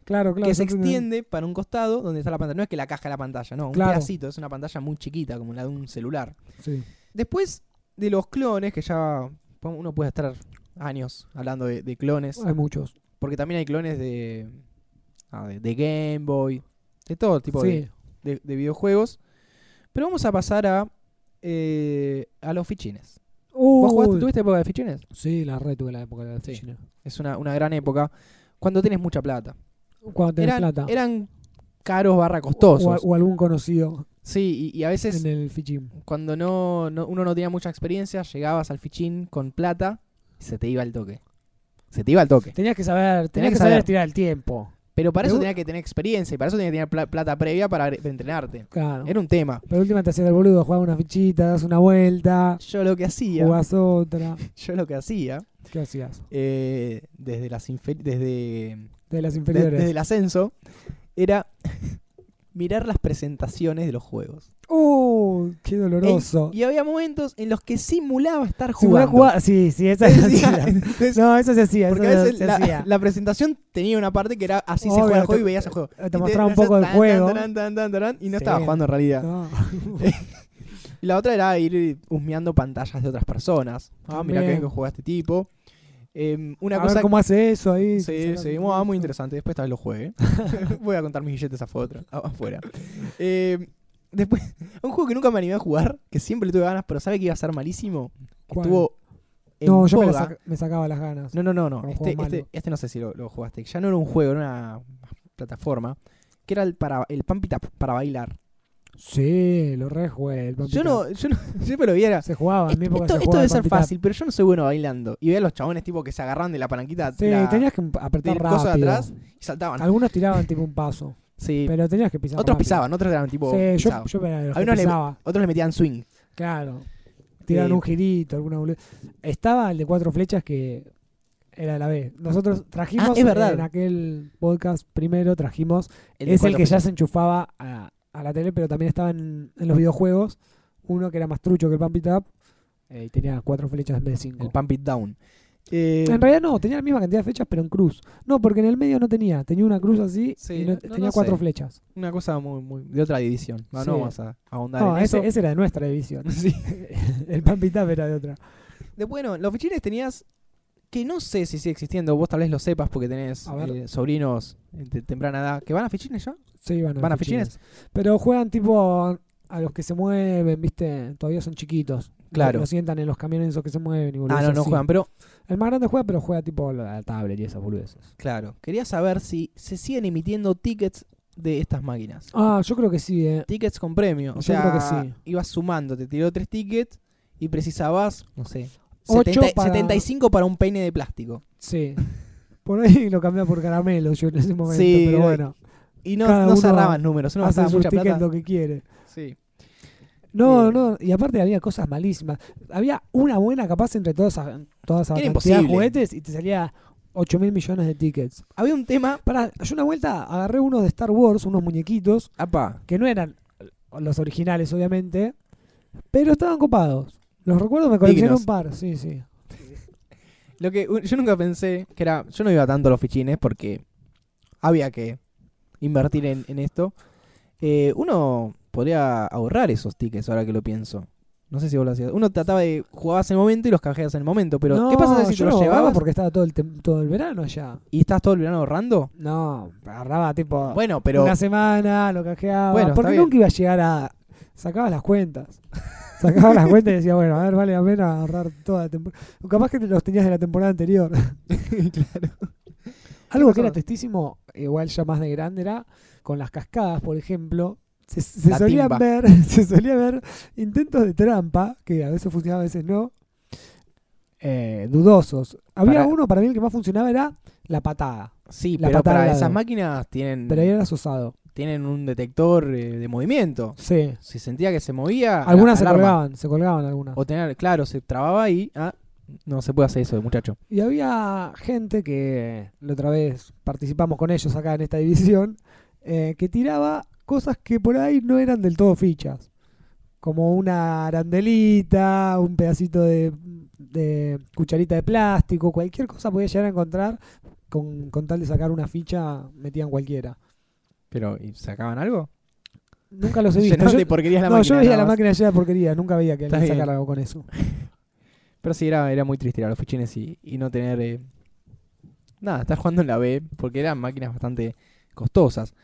Speaker 2: Claro, claro.
Speaker 1: que se
Speaker 2: yo tenía-
Speaker 1: extiende para un costado donde está la pantalla. No es que la caja es la pantalla, no, un
Speaker 2: Claro.
Speaker 1: pedacito, es una pantalla muy chiquita, como la de un celular.
Speaker 2: Sí.
Speaker 1: Después de los clones, que ya uno puede estar años hablando de, de clones,
Speaker 2: Hay muchos.
Speaker 1: porque también hay clones de, ah, de, de Game Boy, de todo tipo
Speaker 2: sí.
Speaker 1: de, de- de videojuegos. Pero vamos a pasar a, eh, a los fichines. ¿Vos jugaste,
Speaker 2: Uy.
Speaker 1: tuviste época de fichines?
Speaker 2: Sí, la re tuve la época de la
Speaker 1: Sí.
Speaker 2: fichina.
Speaker 1: Es una, una gran época. Cuando tienes mucha plata.
Speaker 2: Cuando tenés
Speaker 1: eran,
Speaker 2: plata.
Speaker 1: eran caros barra
Speaker 2: o,
Speaker 1: costosos.
Speaker 2: o algún conocido
Speaker 1: Sí, y, y a veces
Speaker 2: en el fichín.
Speaker 1: cuando no, no- uno no tenía mucha experiencia, llegabas al fichín con plata y se te iba el toque. Se te iba el toque.
Speaker 2: Tenías que saber, tenías,
Speaker 1: que
Speaker 2: que saber
Speaker 1: saber.
Speaker 2: estirar el tiempo.
Speaker 1: Pero para eso
Speaker 2: Pero-
Speaker 1: tenías que tener experiencia y para eso tenías que tener pla- plata previa para agre- entrenarte.
Speaker 2: Claro.
Speaker 1: Era un tema.
Speaker 2: Pero última te hacías el boludo, jugabas una fichita, das una vuelta,
Speaker 1: Yo lo que hacía,
Speaker 2: jugás otra.
Speaker 1: yo lo que hacía,
Speaker 2: ¿Qué hacías?
Speaker 1: eh, desde las infe- desde,
Speaker 2: De las
Speaker 1: de-
Speaker 2: inferiores.
Speaker 1: desde el ascenso, era <laughs> mirar las presentaciones de los juegos.
Speaker 2: ¡Uh! ¡Qué doloroso!
Speaker 1: Y había momentos en los que simulaba estar
Speaker 2: Si hubiera
Speaker 1: jugando.
Speaker 2: jugado- Sí, sí, esa se hacía.
Speaker 1: <laughs> Entonces,
Speaker 2: No, eso se hacía.
Speaker 1: Porque a
Speaker 2: eso
Speaker 1: veces
Speaker 2: se
Speaker 1: la,
Speaker 2: hacía.
Speaker 1: la presentación tenía una parte que era así se
Speaker 2: Obvio,
Speaker 1: juega el juego
Speaker 2: te-
Speaker 1: y veías el juego.
Speaker 2: te
Speaker 1: Y
Speaker 2: mostraba un
Speaker 1: hacía
Speaker 2: poco del
Speaker 1: tan,
Speaker 2: juego.
Speaker 1: tan, tan, tan, tan, y no
Speaker 2: Sí.
Speaker 1: estaba jugando en realidad.
Speaker 2: No.
Speaker 1: Y la otra era ir husmeando pantallas de otras personas. Ah, mirá que
Speaker 2: También.
Speaker 1: bien que juega este tipo. Em, una
Speaker 2: A ver
Speaker 1: cosa
Speaker 2: cómo hace eso ahí.
Speaker 1: Sí, sí, bueno, ah, muy interesante. Después tal vez lo
Speaker 2: <laughs>
Speaker 1: juegue. <laughs> Voy a contar mis billetes afu- otra- a- afuera. Eh, después, <laughs> un juego que nunca me animé a jugar, que siempre le tuve ganas, pero sabe que iba a ser malísimo. que
Speaker 2: ¿Cuál?
Speaker 1: Estuvo en
Speaker 2: No, yo me, la
Speaker 1: boga.
Speaker 2: saca- me sacaba las ganas.
Speaker 1: No, no, no, no.
Speaker 2: Era un
Speaker 1: Este,
Speaker 2: juego
Speaker 1: este,
Speaker 2: malo.
Speaker 1: este no sé si lo, lo jugaste. Ya no era un juego, era una plataforma. Que era el para el Pump It Up para bailar.
Speaker 2: Sí, lo rejugué. el
Speaker 1: Yo
Speaker 2: Pampita.
Speaker 1: no, yo no, <laughs> siempre lo vi era.
Speaker 2: Se jugaba, en mi
Speaker 1: Esto,
Speaker 2: época
Speaker 1: esto-
Speaker 2: se
Speaker 1: esto
Speaker 2: jugaba
Speaker 1: debe
Speaker 2: el
Speaker 1: ser
Speaker 2: Pampita.
Speaker 1: fácil, pero yo no soy bueno bailando. Y veía a los chabones tipo que se agarraban de la palanquita
Speaker 2: Sí,
Speaker 1: la-
Speaker 2: tenías que
Speaker 1: del
Speaker 2: apretar
Speaker 1: coso de
Speaker 2: rápido.
Speaker 1: atrás y saltaban.
Speaker 2: Algunos tiraban tipo un paso,
Speaker 1: Sí.
Speaker 2: pero tenías que pisar
Speaker 1: Otros
Speaker 2: rápido.
Speaker 1: pisaban, otros eran tipo.
Speaker 2: Sí, yo,
Speaker 1: pisados.
Speaker 2: yo era de los
Speaker 1: A
Speaker 2: que
Speaker 1: unos le-
Speaker 2: pisaba,
Speaker 1: Otros le metían swing.
Speaker 2: claro. Tiraban
Speaker 1: Sí.
Speaker 2: un girito, alguna boludez. Estaba el de cuatro flechas que era la B. Nosotros trajimos
Speaker 1: Ah, es verdad.
Speaker 2: en aquel podcast primero, trajimos,
Speaker 1: de
Speaker 2: es el
Speaker 1: cuatro
Speaker 2: que ya
Speaker 1: flechas.
Speaker 2: se enchufaba a, a la tele, pero también estaba en, en los videojuegos, uno que era más trucho que el Pump It Up, eh, y tenía cuatro flechas en vez de cinco.
Speaker 1: El Pump It Down. Eh,
Speaker 2: En realidad no, tenía la misma cantidad de flechas, pero en cruz. No, porque en el medio no tenía. Tenía una cruz así
Speaker 1: Sí,
Speaker 2: y no-
Speaker 1: no- no
Speaker 2: tenía
Speaker 1: sé.
Speaker 2: cuatro flechas.
Speaker 1: una cosa muy, muy de otra división. No, no
Speaker 2: Sí.
Speaker 1: vamos a ahondar
Speaker 2: No,
Speaker 1: en
Speaker 2: ese,
Speaker 1: eso.
Speaker 2: ese era de nuestra división.
Speaker 1: <laughs> Sí.
Speaker 2: el Pampita era de otra.
Speaker 1: De, bueno, los fichines tenías. Que no sé si sigue existiendo, vos tal vez lo sepas porque tenés
Speaker 2: A ver.
Speaker 1: eh, sobrinos de temprana edad. ¿Que van a fichines ya?
Speaker 2: Sí, van a,
Speaker 1: ¿Van a fichines?
Speaker 2: Pero juegan tipo a los que se mueven, ¿viste? Todavía son chiquitos.
Speaker 1: Claro.
Speaker 2: Lo sientan en los camiones esos que se mueven y
Speaker 1: Ah,
Speaker 2: boludeces
Speaker 1: no, no
Speaker 2: así.
Speaker 1: juegan, pero
Speaker 2: El más grande juega, pero juega tipo a la tablet y esas boludeces.
Speaker 1: claro. Quería saber si se siguen emitiendo tickets de estas máquinas.
Speaker 2: Ah, yo creo que sí, eh.
Speaker 1: Tickets con premio. O
Speaker 2: Yo
Speaker 1: sea,
Speaker 2: creo que sí.
Speaker 1: ibas sumando, te tiró tres tickets y precisabas, no sé,
Speaker 2: Ocho
Speaker 1: 70
Speaker 2: para-
Speaker 1: 75 para un peine de plástico. <laughs>
Speaker 2: Sí. Por ahí lo cambiaba por caramelo yo en ese momento,
Speaker 1: Sí,
Speaker 2: pero
Speaker 1: no,
Speaker 2: bueno.
Speaker 1: Y no,
Speaker 2: Cada
Speaker 1: no
Speaker 2: uno
Speaker 1: cerraban números, uno
Speaker 2: Hace
Speaker 1: gastaba
Speaker 2: sus
Speaker 1: mucha
Speaker 2: tickets
Speaker 1: plata.
Speaker 2: lo que quiere.
Speaker 1: Sí.
Speaker 2: No,
Speaker 1: Eh,
Speaker 2: no, y aparte había cosas malísimas. Había una buena capaz entre todas esas toda
Speaker 1: Era
Speaker 2: esa cantidad de
Speaker 1: imposible.
Speaker 2: juguetes y te salía 8 mil millones de tickets.
Speaker 1: Había un tema.
Speaker 2: Para, yo una vuelta agarré unos de Star Wars, unos muñequitos,
Speaker 1: Apa.
Speaker 2: que no eran los originales, obviamente, pero estaban copados. Los recuerdo, me coleccioné
Speaker 1: Dignos.
Speaker 2: un par, sí, sí.
Speaker 1: Lo que u- yo nunca pensé que era. Yo no iba tanto a los fichines porque había que invertir en, en esto. Eh, uno podría ahorrar esos tickets ahora que lo pienso. No sé si vos lo hacías. Uno trataba de jugabas en el momento y los canjeabas en el momento. Pero
Speaker 2: No,
Speaker 1: ¿qué pasa si te
Speaker 2: yo
Speaker 1: los
Speaker 2: lo agarraba
Speaker 1: llevabas
Speaker 2: porque estaba todo el, tem- todo el verano allá.
Speaker 1: y estás todo el verano ahorrando?
Speaker 2: No, agarraba tipo
Speaker 1: Bueno, pero
Speaker 2: una semana, lo cajeaba.
Speaker 1: Bueno,
Speaker 2: porque
Speaker 1: está
Speaker 2: nunca iba a llegar a. Sacaba las cuentas. <laughs> Sacaba las cuentas y decía, bueno, a ver, vale la pena ahorrar toda la temporada. Capaz que te los tenías de la temporada
Speaker 1: <laughs>
Speaker 2: anterior.
Speaker 1: claro.
Speaker 2: Algo que
Speaker 1: pasaba?
Speaker 2: era testísimo, igual ya más de grande, era con las cascadas, por ejemplo. Se, se
Speaker 1: La
Speaker 2: solían
Speaker 1: timba.
Speaker 2: ver, <laughs> se solía ver intentos de trampa, que a veces funcionaba, a veces no. eh, dudosos. Había
Speaker 1: Para-
Speaker 2: uno, para mí el que más funcionaba era la patada.
Speaker 1: Sí,
Speaker 2: La
Speaker 1: pero
Speaker 2: patada
Speaker 1: para
Speaker 2: al lado.
Speaker 1: esas máquinas tienen.
Speaker 2: Pero ahí eras osado.
Speaker 1: tienen un detector eh, de movimiento.
Speaker 2: Sí.
Speaker 1: Si sentía que se movía,
Speaker 2: Algunas se
Speaker 1: Ah, alarma.
Speaker 2: colgaban, se colgaban algunas.
Speaker 1: O tener, claro, se trababa y ah, no se puede hacer eso, muchacho.
Speaker 2: Y había gente que la otra vez participamos con ellos acá en esta división, eh, que tiraba cosas que por ahí no eran del todo fichas. Como una arandelita, un pedacito de, de cucharita de plástico, cualquier cosa podía llegar a encontrar. Con, con tal de sacar una ficha, metían cualquiera.
Speaker 1: Pero, ¿y sacaban algo? <laughs>
Speaker 2: Nunca los he visto.
Speaker 1: Llenaban
Speaker 2: Yo-
Speaker 1: de porquerías la
Speaker 2: no,
Speaker 1: máquina.
Speaker 2: yo veía
Speaker 1: nada
Speaker 2: la
Speaker 1: más.
Speaker 2: máquina llena de porquería, nunca veía que
Speaker 1: Está
Speaker 2: alguien
Speaker 1: bien.
Speaker 2: sacara algo con eso.
Speaker 1: Pero sí, era, era muy triste ir a los fichines y, y no tener... eh, nada, estar jugando en la B, porque eran máquinas bastante costosas.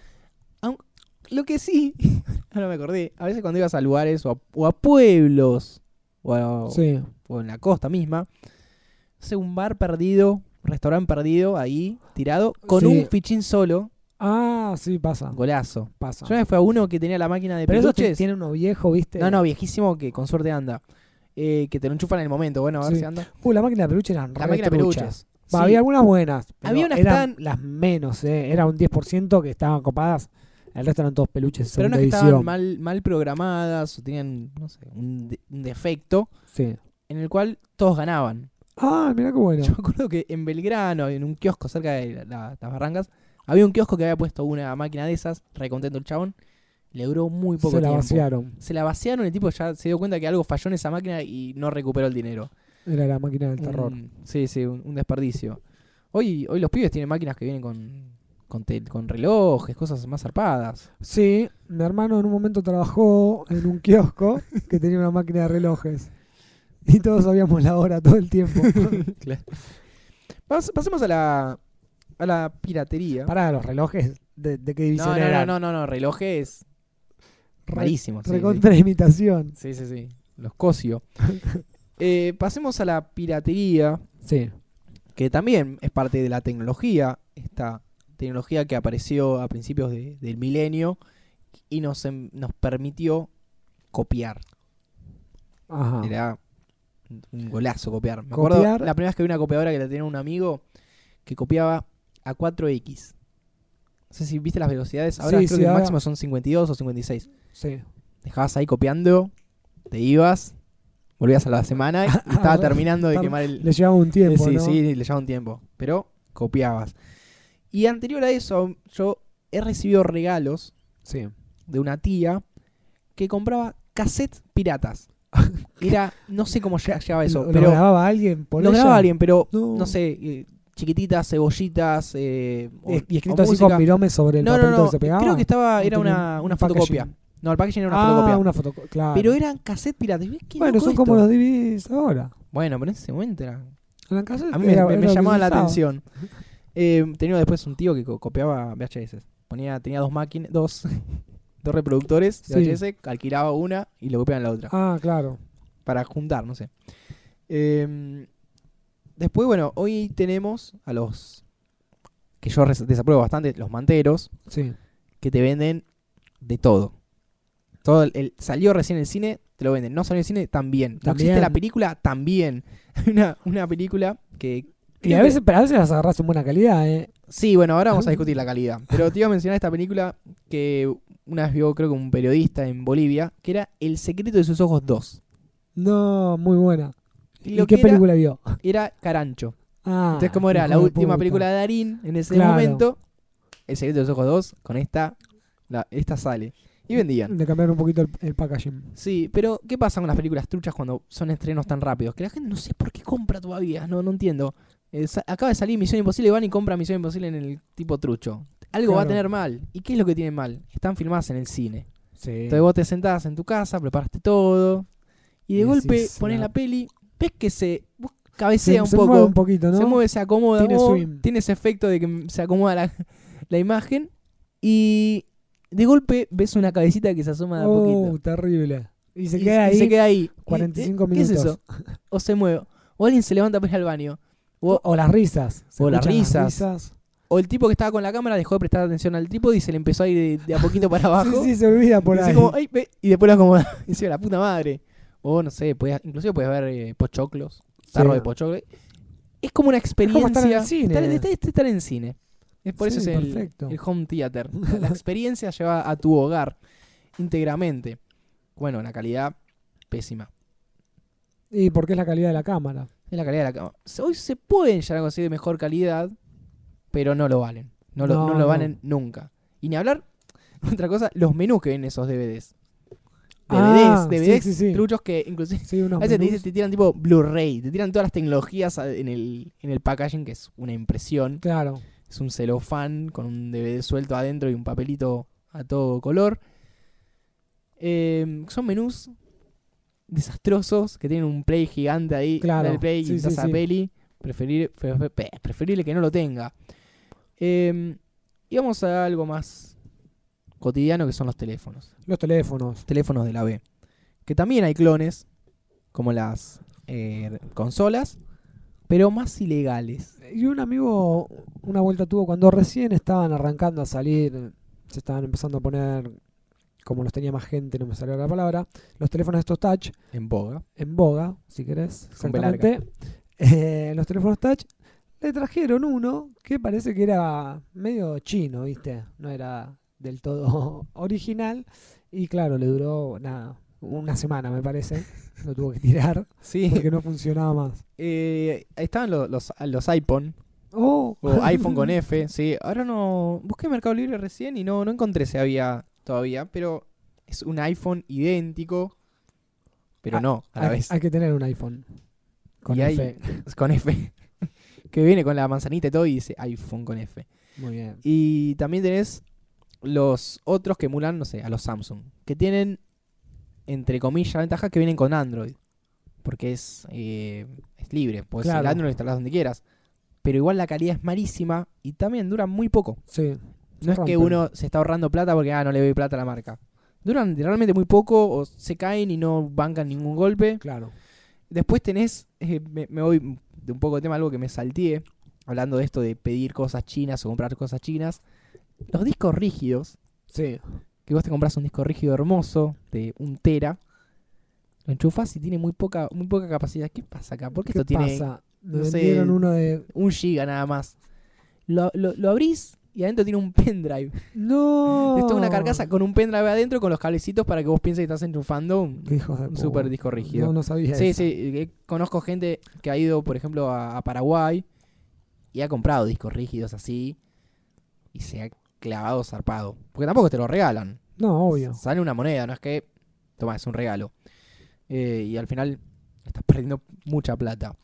Speaker 1: Aun- lo que sí, <laughs> ahora me acordé, a veces cuando ibas a lugares o a, o a pueblos, o, a-
Speaker 2: Sí.
Speaker 1: o en la costa misma, no sé, un bar perdido, un restaurante perdido, ahí, tirado, con
Speaker 2: Sí.
Speaker 1: un fichín solo,
Speaker 2: Ah, sí, pasa.
Speaker 1: golazo.
Speaker 2: Pasa.
Speaker 1: Yo me fui a uno que tenía la máquina de
Speaker 2: Ah. Pero eso
Speaker 1: peluches.
Speaker 2: tiene uno viejo, ¿viste?
Speaker 1: No, no, viejísimo que con suerte anda. Eh, que te lo enchufan en el momento. Bueno, a ver
Speaker 2: Sí.
Speaker 1: si anda.
Speaker 2: Uh, la máquina de peluche eran
Speaker 1: La
Speaker 2: re
Speaker 1: máquina de
Speaker 2: truchas.
Speaker 1: peluches.
Speaker 2: Bah,
Speaker 1: Sí.
Speaker 2: Había algunas buenas. pero
Speaker 1: Había unas
Speaker 2: eran
Speaker 1: tan-
Speaker 2: las menos, eh. Era un 10% que estaban copadas. El resto eran todos peluches.
Speaker 1: Pero
Speaker 2: segunda
Speaker 1: no es que estaban
Speaker 2: edición.
Speaker 1: mal, mal programadas o tenían, no sé, un, de- un defecto
Speaker 2: Sí.
Speaker 1: en el cual todos ganaban.
Speaker 2: Ah, mirá qué bueno.
Speaker 1: Yo me acuerdo que en Belgrano, en un kiosco cerca de la- la- las barrancas, había un kiosco que había puesto una máquina de esas, recontento el chabón. Le duró muy poco
Speaker 2: Se la
Speaker 1: tiempo.
Speaker 2: vaciaron.
Speaker 1: Se la vaciaron, el tipo ya se dio cuenta que algo falló en esa máquina y no recuperó el dinero.
Speaker 2: Era la máquina
Speaker 1: Mm.
Speaker 2: del terror.
Speaker 1: Un- sí, sí, un, un desperdicio. Hoy, hoy los pibes tienen máquinas que vienen con, con, tel- con relojes, cosas más zarpadas.
Speaker 2: Sí, mi hermano en un momento trabajó en un kiosco que tenía una máquina de relojes. Y todos sabíamos la hora todo
Speaker 1: <laughs>
Speaker 2: el tiempo.
Speaker 1: Pas- pasemos a la, a la piratería.
Speaker 2: Para los relojes, ¿de, de qué división
Speaker 1: no, no, no,
Speaker 2: eran?
Speaker 1: no, no, no, relojes
Speaker 2: Re-
Speaker 1: malísimos. sí,
Speaker 2: Recontra imitación.
Speaker 1: Sí, sí, sí, sí, los cosio. <laughs> Eh, pasemos a la piratería,
Speaker 2: Sí.
Speaker 1: que también es parte de la tecnología, esta tecnología que apareció a principios de- del milenio y nos, em- nos permitió copiar.
Speaker 2: Ajá.
Speaker 1: Era un golazo copiar. Me
Speaker 2: Ah. Copiar.
Speaker 1: acuerdo la primera vez que vi una copiadora que la tenía un amigo que copiaba a 4X. No sé si viste las velocidades. Ahora
Speaker 2: Sí,
Speaker 1: creo
Speaker 2: sí,
Speaker 1: que el
Speaker 2: ahora-
Speaker 1: máximo son 52 o 56.
Speaker 2: Sí.
Speaker 1: Dejabas ahí copiando, te ibas, volvías a la
Speaker 2: <laughs>
Speaker 1: semana y estaba
Speaker 2: Arre,
Speaker 1: terminando de
Speaker 2: tar-
Speaker 1: quemar el.
Speaker 2: Le llevaba un tiempo,
Speaker 1: sí,
Speaker 2: ¿no?
Speaker 1: sí, le llevaba un tiempo. Pero copiabas. Y anterior a eso, yo he recibido regalos
Speaker 2: Sí.
Speaker 1: de una tía que compraba cassettes piratas. <laughs> Era, no sé cómo llega- llegaba eso,
Speaker 2: ¿Lo,
Speaker 1: pero
Speaker 2: lo grababa alguien por
Speaker 1: lo
Speaker 2: ella?
Speaker 1: grababa alguien, pero
Speaker 2: No.
Speaker 1: no, sé, eh, chiquititas, cebollitas, eh, o-
Speaker 2: Y, y escrito
Speaker 1: o
Speaker 2: así
Speaker 1: música.
Speaker 2: con virome sobre el
Speaker 1: No, no,
Speaker 2: papelito
Speaker 1: no,
Speaker 2: que se pegaba.
Speaker 1: creo que estaba,
Speaker 2: ¿O
Speaker 1: era
Speaker 2: tenía
Speaker 1: una,
Speaker 2: un
Speaker 1: una fotocopia.
Speaker 2: packaging?
Speaker 1: No, el packaging era una
Speaker 2: ah,
Speaker 1: fotocopia.
Speaker 2: una fotocopia, claro.
Speaker 1: Pero eran cassette piratas. Yo, ¿qué
Speaker 2: bueno,
Speaker 1: loco
Speaker 2: son como
Speaker 1: esto?
Speaker 2: los DVDs ahora.
Speaker 1: Bueno, pero en ese momento era...
Speaker 2: En la casa
Speaker 1: A mí me,
Speaker 2: era-
Speaker 1: me-
Speaker 2: era
Speaker 1: me
Speaker 2: lo que
Speaker 1: llamaba
Speaker 2: se
Speaker 1: la
Speaker 2: usaba.
Speaker 1: atención. Eh, tenía después un tío que co- copiaba VHS. Ponía, tenía dos máquinas, dos, <laughs> dos reproductores
Speaker 2: Sí.
Speaker 1: de VHS, alquilaba una y lo copiaban la otra.
Speaker 2: Ah, claro.
Speaker 1: para juntar, no sé. Em, después, bueno, hoy tenemos a los que yo res- desapruebo bastante, los manteros,
Speaker 2: Sí.
Speaker 1: que te venden de todo. Todo el, el- salió recién el cine, te lo venden. No salió el cine, también. No existe
Speaker 2: También.
Speaker 1: la película, también. <laughs> Hay una, una película que.
Speaker 2: Y a veces, pero a veces las agarras en buena calidad, ¿eh?
Speaker 1: Sí, bueno, ahora vamos a discutir la calidad. Pero te iba a mencionar esta película que una vez vio, creo que un periodista en Bolivia, que era El secreto de sus ojos 2.
Speaker 2: No, muy buena.
Speaker 1: Y
Speaker 2: ¿Y
Speaker 1: lo
Speaker 2: qué
Speaker 1: que era-
Speaker 2: película vio?
Speaker 1: Era Carancho.
Speaker 2: Ah,
Speaker 1: Entonces, como era
Speaker 2: hijo
Speaker 1: la
Speaker 2: de
Speaker 1: última
Speaker 2: puta.
Speaker 1: película de Darín en ese
Speaker 2: Claro.
Speaker 1: momento, El secreto de los ojos 2, con esta, la- esta sale. Y vendían.
Speaker 2: Le cambiaron un poquito el, el packaging.
Speaker 1: Sí, pero ¿qué pasa con las películas truchas cuando son estrenos tan rápidos? Que la gente no sé por qué compra todavía, no, no entiendo. Eh, sa- acaba de salir Misión Imposible, van y compran Misión Imposible en el tipo trucho. Algo va a
Speaker 2: Claro.
Speaker 1: tener mal. ¿Y qué es lo que tiene mal? Están filmadas en el cine.
Speaker 2: Sí.
Speaker 1: Entonces vos te sentás en tu casa, preparaste todo, y de
Speaker 2: Y decís,
Speaker 1: golpe pones
Speaker 2: "Nah".
Speaker 1: la peli, ves que se vos
Speaker 2: Se,
Speaker 1: cabecea un
Speaker 2: se
Speaker 1: poco.
Speaker 2: mueve un poquito, ¿no?
Speaker 1: Se mueve, se acomoda.
Speaker 2: Tiene
Speaker 1: Tiene,
Speaker 2: swing.
Speaker 1: tiene ese efecto de que mm, se acomoda la, <laughs> la imagen. Y de golpe ves una cabecita que se asoma de a
Speaker 2: Oh,
Speaker 1: poquito.
Speaker 2: terrible. Y se
Speaker 1: Y-
Speaker 2: queda
Speaker 1: y
Speaker 2: ahí.
Speaker 1: se queda ahí.
Speaker 2: 45
Speaker 1: ¿Qué es eso?
Speaker 2: minutos.
Speaker 1: O se mueve. O alguien se levanta para ir al baño.
Speaker 2: O,
Speaker 1: O,
Speaker 2: o las risas. Se
Speaker 1: O las
Speaker 2: escuchan
Speaker 1: risas. o el tipo que estaba con la cámara dejó de prestar atención al trípode y se le empezó a ir de, de a poquito
Speaker 2: <laughs>
Speaker 1: para abajo.
Speaker 2: Sí, sí, se olvida por
Speaker 1: y,
Speaker 2: ahí.
Speaker 1: así
Speaker 2: <laughs>
Speaker 1: como, "Ay, ve", y después lo acomoda. <laughs> Y decía, la puta madre. O no sé, podías- inclusive puedes ver eh, pochoclos.
Speaker 2: Sí.
Speaker 1: Tarro de pochoclos. Es como una
Speaker 2: como estar en
Speaker 1: experiencia.
Speaker 2: el cine.
Speaker 1: Estar en- estar- estar en cine. Es por eso
Speaker 2: Sí,
Speaker 1: es el,
Speaker 2: perfecto.
Speaker 1: el home theater. La, la experiencia lleva a tu hogar íntegramente. Bueno, la calidad pésima.
Speaker 2: Y porque es la calidad de la cámara.
Speaker 1: Es la calidad de la cámara. Se- Hoy se pueden llegar a conseguir mejor calidad, pero no lo valen. No lo,
Speaker 2: No,
Speaker 1: no lo
Speaker 2: no.
Speaker 1: valen nunca. Y ni hablar, <laughs> otra cosa, los menús que vienen esos DVDs. DVDs,
Speaker 2: Ah, sí,
Speaker 1: DVDs,
Speaker 2: sí, sí.
Speaker 1: truchos que inclusive
Speaker 2: Sí, unos
Speaker 1: a veces te,
Speaker 2: menús.
Speaker 1: dice- te tiran tipo Blu-ray, te tiran todas las tecnologías a- en el, en el packaging, que es una impresión.
Speaker 2: Claro.
Speaker 1: Es un celofán con un DVD suelto adentro y un papelito a todo color. Eh, son menús desastrosos que tienen un play gigante ahí.
Speaker 2: Claro,
Speaker 1: dale play
Speaker 2: sí,
Speaker 1: y estás
Speaker 2: sí,
Speaker 1: a
Speaker 2: sí.
Speaker 1: peli. Preferir- prefe- pe- preferible que no lo tenga. Eh, y vamos a algo más cotidiano que son los teléfonos.
Speaker 2: Los teléfonos.
Speaker 1: Teléfonos de la B. Que también hay clones, como las eh, consolas, pero más ilegales.
Speaker 2: Y un amigo una vuelta tuvo cuando recién estaban arrancando a salir, se estaban empezando a poner, como los tenía más gente, no me salió la palabra, los teléfonos estos touch
Speaker 1: En boga.
Speaker 2: en boga, si querés,
Speaker 1: Con B larga.
Speaker 2: exactamente. Eh, los teléfonos touch le trajeron uno que parece que era medio chino, ¿viste? No era del todo <laughs> original y claro, le duró nada, una semana me parece, lo tuvo que tirar
Speaker 1: <laughs> Sí,
Speaker 2: porque no funcionaba más.
Speaker 1: Eh, ahí estaban los, los, los iPhone,
Speaker 2: Oh, <laughs>
Speaker 1: o iPhone con E, F, sí. Ahora no. Busqué Mercado Libre recién y no, no encontré si había todavía, pero es un iPhone idéntico, pero
Speaker 2: Ah,
Speaker 1: no, a la
Speaker 2: hay,
Speaker 1: vez.
Speaker 2: hay que tener un iPhone. Con
Speaker 1: Y hay-
Speaker 2: F.
Speaker 1: <laughs> Con F. <laughs> que viene con la manzanita y todo y dice iPhone con F.
Speaker 2: Muy bien.
Speaker 1: Y también tenés los otros que emulan, no sé, a los Samsung, que tienen, entre comillas, la ventaja que vienen con Android, porque es, eh, es libre, pues el
Speaker 2: Claro.
Speaker 1: Android lo instalás donde quieras, pero igual la calidad es malísima y también dura muy poco.
Speaker 2: Sí.
Speaker 1: No es que
Speaker 2: rompen.
Speaker 1: uno se está ahorrando plata porque, ah, no le doy plata a la marca. Duran realmente muy poco o se caen y no bancan ningún golpe.
Speaker 2: Claro.
Speaker 1: Después tenés, eh, me, me voy de un poco de tema, algo que me salteé, hablando de esto de pedir cosas chinas o comprar cosas chinas. Los discos rígidos,
Speaker 2: Sí.
Speaker 1: que vos te compras un disco rígido hermoso de un tera, lo enchufas y tiene muy poca, muy poca capacidad. ¿Qué pasa acá? ¿Por qué,
Speaker 2: ¿Qué
Speaker 1: esto tiene
Speaker 2: pasa? Me
Speaker 1: no sé,
Speaker 2: vendieron uno de.
Speaker 1: un giga nada más? Lo, lo- lo abrís y adentro tiene un <laughs> pendrive.
Speaker 2: ¡No!
Speaker 1: Esto es una carcasa con un pendrive adentro con los cablecitos para que vos pienses que estás enchufando un,
Speaker 2: Qué hijos de
Speaker 1: un
Speaker 2: puta.
Speaker 1: super disco rígido.
Speaker 2: No, no sabía
Speaker 1: Sí,
Speaker 2: eso.
Speaker 1: sí. eh, Conozco gente que ha ido, por ejemplo, a, a Paraguay y ha comprado discos rígidos así y se ha clavado zarpado. Porque tampoco te lo regalan.
Speaker 2: No, obvio.
Speaker 1: Sale una moneda, no es que. Toma, es un regalo. Eh, y al final estás perdiendo mucha plata.